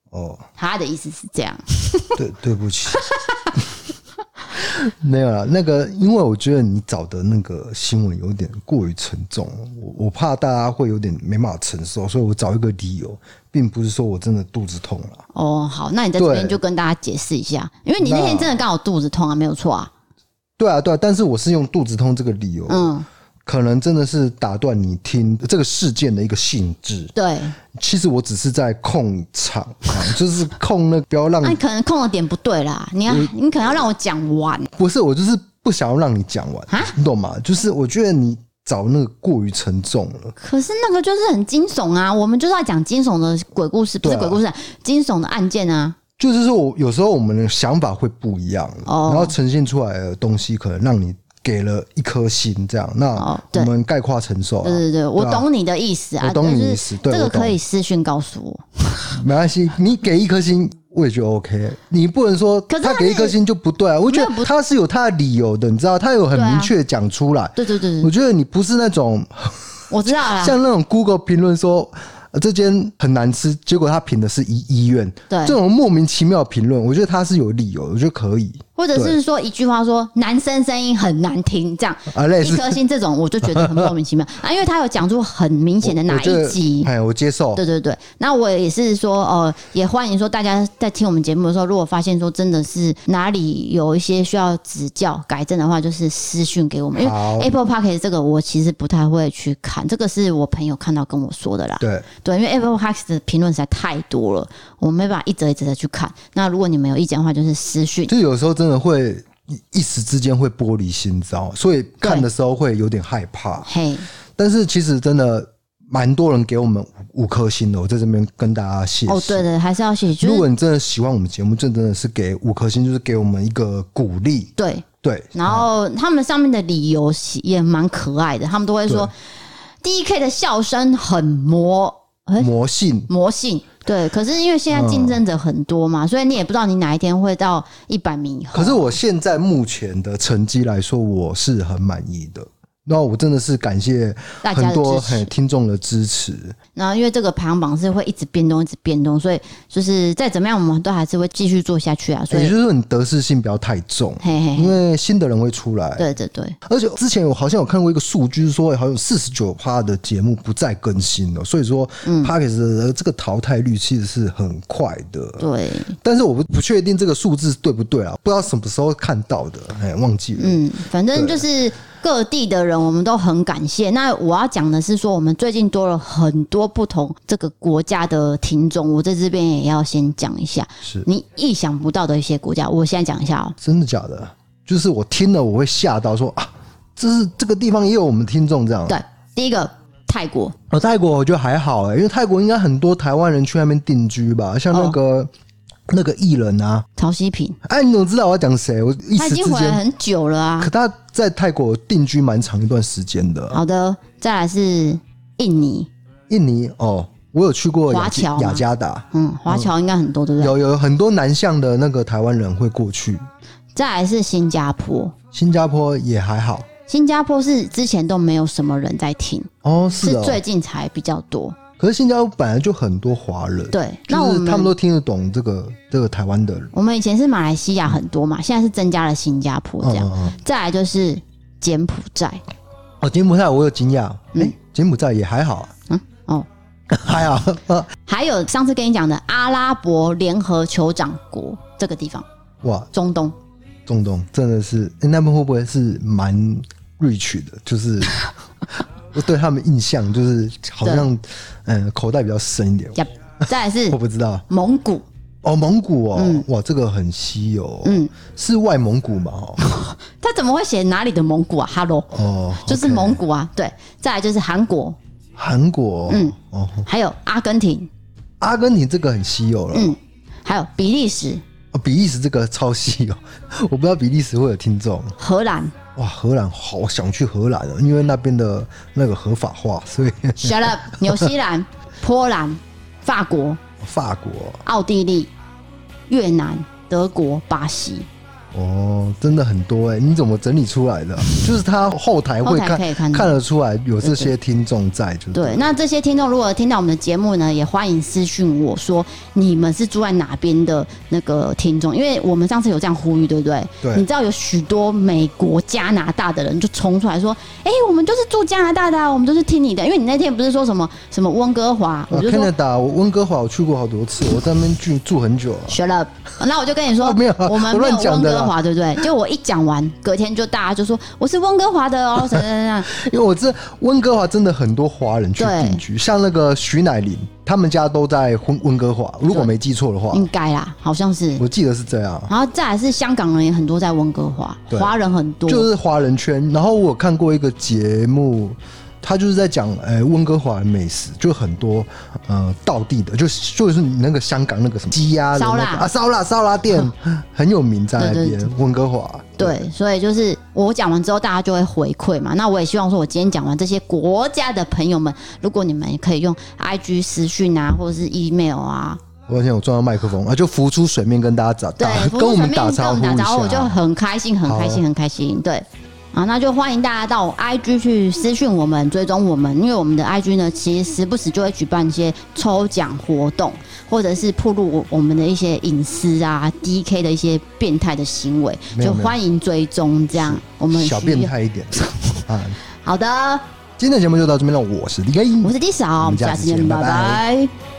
哦，他的意思是这样， 对，对不起，没有啦。那个，因为我觉得你找的那个新闻有点过于沉重，我我怕大家会有点没办法承受，所以我找一个理由，并不是说我真的肚子痛了。哦，好，那你在这边对就跟大家解释一下，因为你那天那真的刚好肚子痛啊，没有错啊，对啊，对啊，但是我是用肚子痛这个理由，嗯，可能真的是打断你听这个事件的一个性质。对，其实我只是在控场， 啊就是控那个不要让那、你可能控的点不对啦，你要嗯你可能要让我讲完，不是，我就是不想要让你讲完啊，你懂吗？就是我觉得你找那个过于沉重了。可是那个就是很惊悚啊，我们就是要讲惊悚的鬼故事，不对是啊鬼故事、啊，惊悚的案件啊，就是说我有时候我们的想法会不一样，哦然后呈现出来的东西可能让你给了一颗心，这样，那哦对我们概括承受、啊对，对对，我对啊懂你的意思啊，我懂你的意思就是对这个我懂可以私讯告诉我，没关系，你给一颗心。我也觉得 OK，你不能说可是他他给一颗心就不对啊！我觉没有不得他是有他的理由的，你知道，他有很对啊明确讲出来。对啊对对我对，觉得你不是那种我知道啦，像那种 Google 评论说、呃这间很难吃，结果他评的是医医院，对这种莫名其妙的评论，我觉得他是有理由的，我觉得可以或者是说一句话说男生声音很难听，这样啊，类一似颗星这种我就觉得很莫名其妙啊，因为他有讲出很明显的哪我觉一得集。哎，我接受，对对对，那我也是说，呃，也欢迎说大家在听我们节目的时候，如果发现说真的是哪里有一些需要指教改正的话，就是私讯给我们。因好为 Apple p o c k e t 这个我其实不太会去看，这个是我朋友看到跟我说的啦。对，对，因为 Apple p o c k e t 的评论实在太多了，我没办法一则一则的去看。那如果你们有意见的话，就是私讯。就有时候真的会一一时之间会玻璃心，你知道吗？所以看的时候会有点害怕。嘿，但是其实真的蛮多人给我们五五颗星的，我在这边跟大家谢谢。哦，对对，还是要谢谢，就如是果你真的喜欢我们节目，这真的是给五颗星，就是给我们一个鼓励。对，对，然后他们上面的理由也蛮可爱的，他们都会说 D K 的笑声很魔哎魔性魔性，对。可是因为现在竞争者很多嗯嘛，所以你也不知道你哪一天会到一百名以后。可是我现在目前的成绩来说，我是很满意的。那我真的是感谢大家很的多支嘿持。听众的支持。然后因为这个排行榜是会一直变动，一直变动，所以就是再怎么样，我们都还是会继续做下去啊。所以也就是说，你得失心不要太重，嘿嘿因嘿，为新的人会出来。对对对，而且之前我好像有看过一个数据，是说好像有四十九趴的节目不再更新了，所以说嗯 p a c k e s 的这个淘汰率其实是很快的。对，但是我不不确定这个数字对不对啊，不知道什么时候看到的，哎，忘记了。嗯，反啊正就是各地的人，我们都很感谢。那我要讲的是说，我们最近多了很多不同这个国家的听众，我在这边也要先讲一下，是你意想不到的一些国家，我现在讲一下哦、真的假的？就是我听了我会吓到说啊，这是这个地方也有我们听众这样。对，第一个泰国，哦，泰国我觉得还好哎、因为泰国应该很多台湾人去那边定居吧，像哦那个、那个艺人啊，曹希平，哎，你怎么知道我要讲谁？我一他已时经之回来间，很久了啊可。他在泰国定居蛮长一段时间的。好的，再来是印尼，印尼哦，我有去过雅华侨吗雅加达，嗯，华侨应该很多，对不对？嗯有有有很多南向的那个台湾人会过去，再来是新加坡，新加坡也还好新加坡是之前都没有什么人在听，哦，是是哦。最近才比较多。可是新加坡本来就很多华人，对，就那我是们他们都听得懂这个这个台湾的人，我们以前是马来西亚很多嘛，现在是增加了新加坡这样。嗯。再来就是柬埔寨，哦，柬埔寨我有惊讶，哎、嗯柬埔寨也还好、啊， 嗯哦，还好， 啊还有上次跟你讲的阿拉伯联合酋长国这个地方，哇，中东。中东真的是、诶那边会不会是蛮 rich 的？就是 我对他们印象就是好像，嗯，口袋比较深一点，呀，再来是我不知道。蒙古，哦，蒙古哦，嗯哇，这个很稀有、哦，嗯，是外蒙古嘛？哦，他怎么会写哪里的蒙古啊？Hello，哦， 就是蒙古啊。对，再来就是韩国，韩国、哦，嗯哦，还有阿根廷，阿根廷这个很稀有了，嗯，还有比利时、哦比利时这个超稀有， 我不知道比利时会有听众。荷兰。哇，荷兰好想去荷兰哦，因为那边的那个合法化，所以 Shut up！纽西兰、波兰、法国、法国哦奥地利、越南、德国、巴西，哦，真的很多哎，你怎么整理出来的？就是他后台会后台看可以看到得出来有这些听众在，就啊对，那这些听众如果听到我们的节目呢，也欢迎私讯我说你们是住在哪边的那个听众，因为我们上次有这样呼吁，对不对？对你知道有许多美国、加拿大的人就冲出来说：“哎、我们就是住加拿大的、啊，我们就是听你的。”因为你那天不是说什么什么温哥华，我啊就说。 ，Canada，我温哥华我去过好多次，我在那边住住很久啊。 Shut up！那我就跟你说，哦没有啊我们我没乱有讲温的哥啦华，对不对？就我一讲完，隔天就大家就说我是温哥华的 哦，怎样怎样怎样。因为我这温哥华真的很多华人去对定居，像那个徐乃麟，他们家都在温温哥华，如果对嗯没记错的话，应该啦，好像是。我记得是这样。然后再来是香港人也很多在温哥华，对华人很多，就是华人圈。然后我有看过一个节目，他就是在讲，呃、温哥华的美食，就很多，呃，道地的，就就是你那个香港那个什么鸡鸭的那烧个腊啊，烧腊烧腊店很有名，在那对对边温哥华。对，所以就是我讲完之后，大家就会回馈嘛。那我也希望说，我今天讲完这些国家的朋友们，如果你们可以用 IG 私讯啊，或者是 email 啊，我现在有撞到麦克风啊，就浮出水面跟大家打对打，，服务啊跟我们生命打跟招我呼们打招呼，我一就下。很开心，很开心，很开心。对，啊，那就欢迎大家到 IG 去私讯我们，追踪我们，因为我们的 IG 呢，其实时不时就会举办一些抽奖活动，或者是曝露我我们的一些隐私啊、DK 的一些变态的行为，没有就没有欢迎追踪这样。我们小需要变态一点啊！好的，今天的节目就到这边了，我是 D K，我是 D 嫂，我们下次见，拜拜拜拜